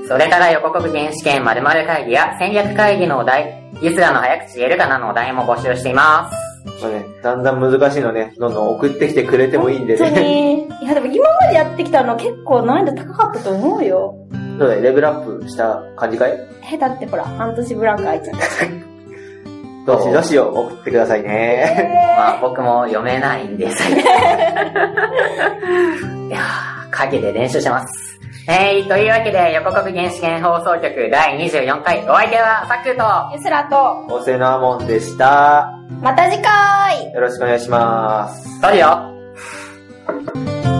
Speaker 2: それから予告原始権〇〇会議や戦略会議のお題、イスラの早口言えるかなのお題も募集しています。
Speaker 3: まあね、だんだん難しいのね、どんどん送ってきてくれてもいいんで
Speaker 1: 本当
Speaker 3: ね。
Speaker 1: に。いや、でも今までやってきたの結構難易度高かったと思うよ。
Speaker 3: そうだね、レベルアップした感じかい
Speaker 1: え、だってほら、半年ブランク空いちゃった。
Speaker 3: どしどしを送ってください ね。
Speaker 2: まあ僕も読めないんです。いやー、陰で練習してます。えー、というわけで、横国原始圏放送局第24回、お相手はサクと、
Speaker 1: ゆすらと、
Speaker 3: おせのあもんでした。
Speaker 1: また次回
Speaker 3: よろしくお願いします。
Speaker 2: トリオ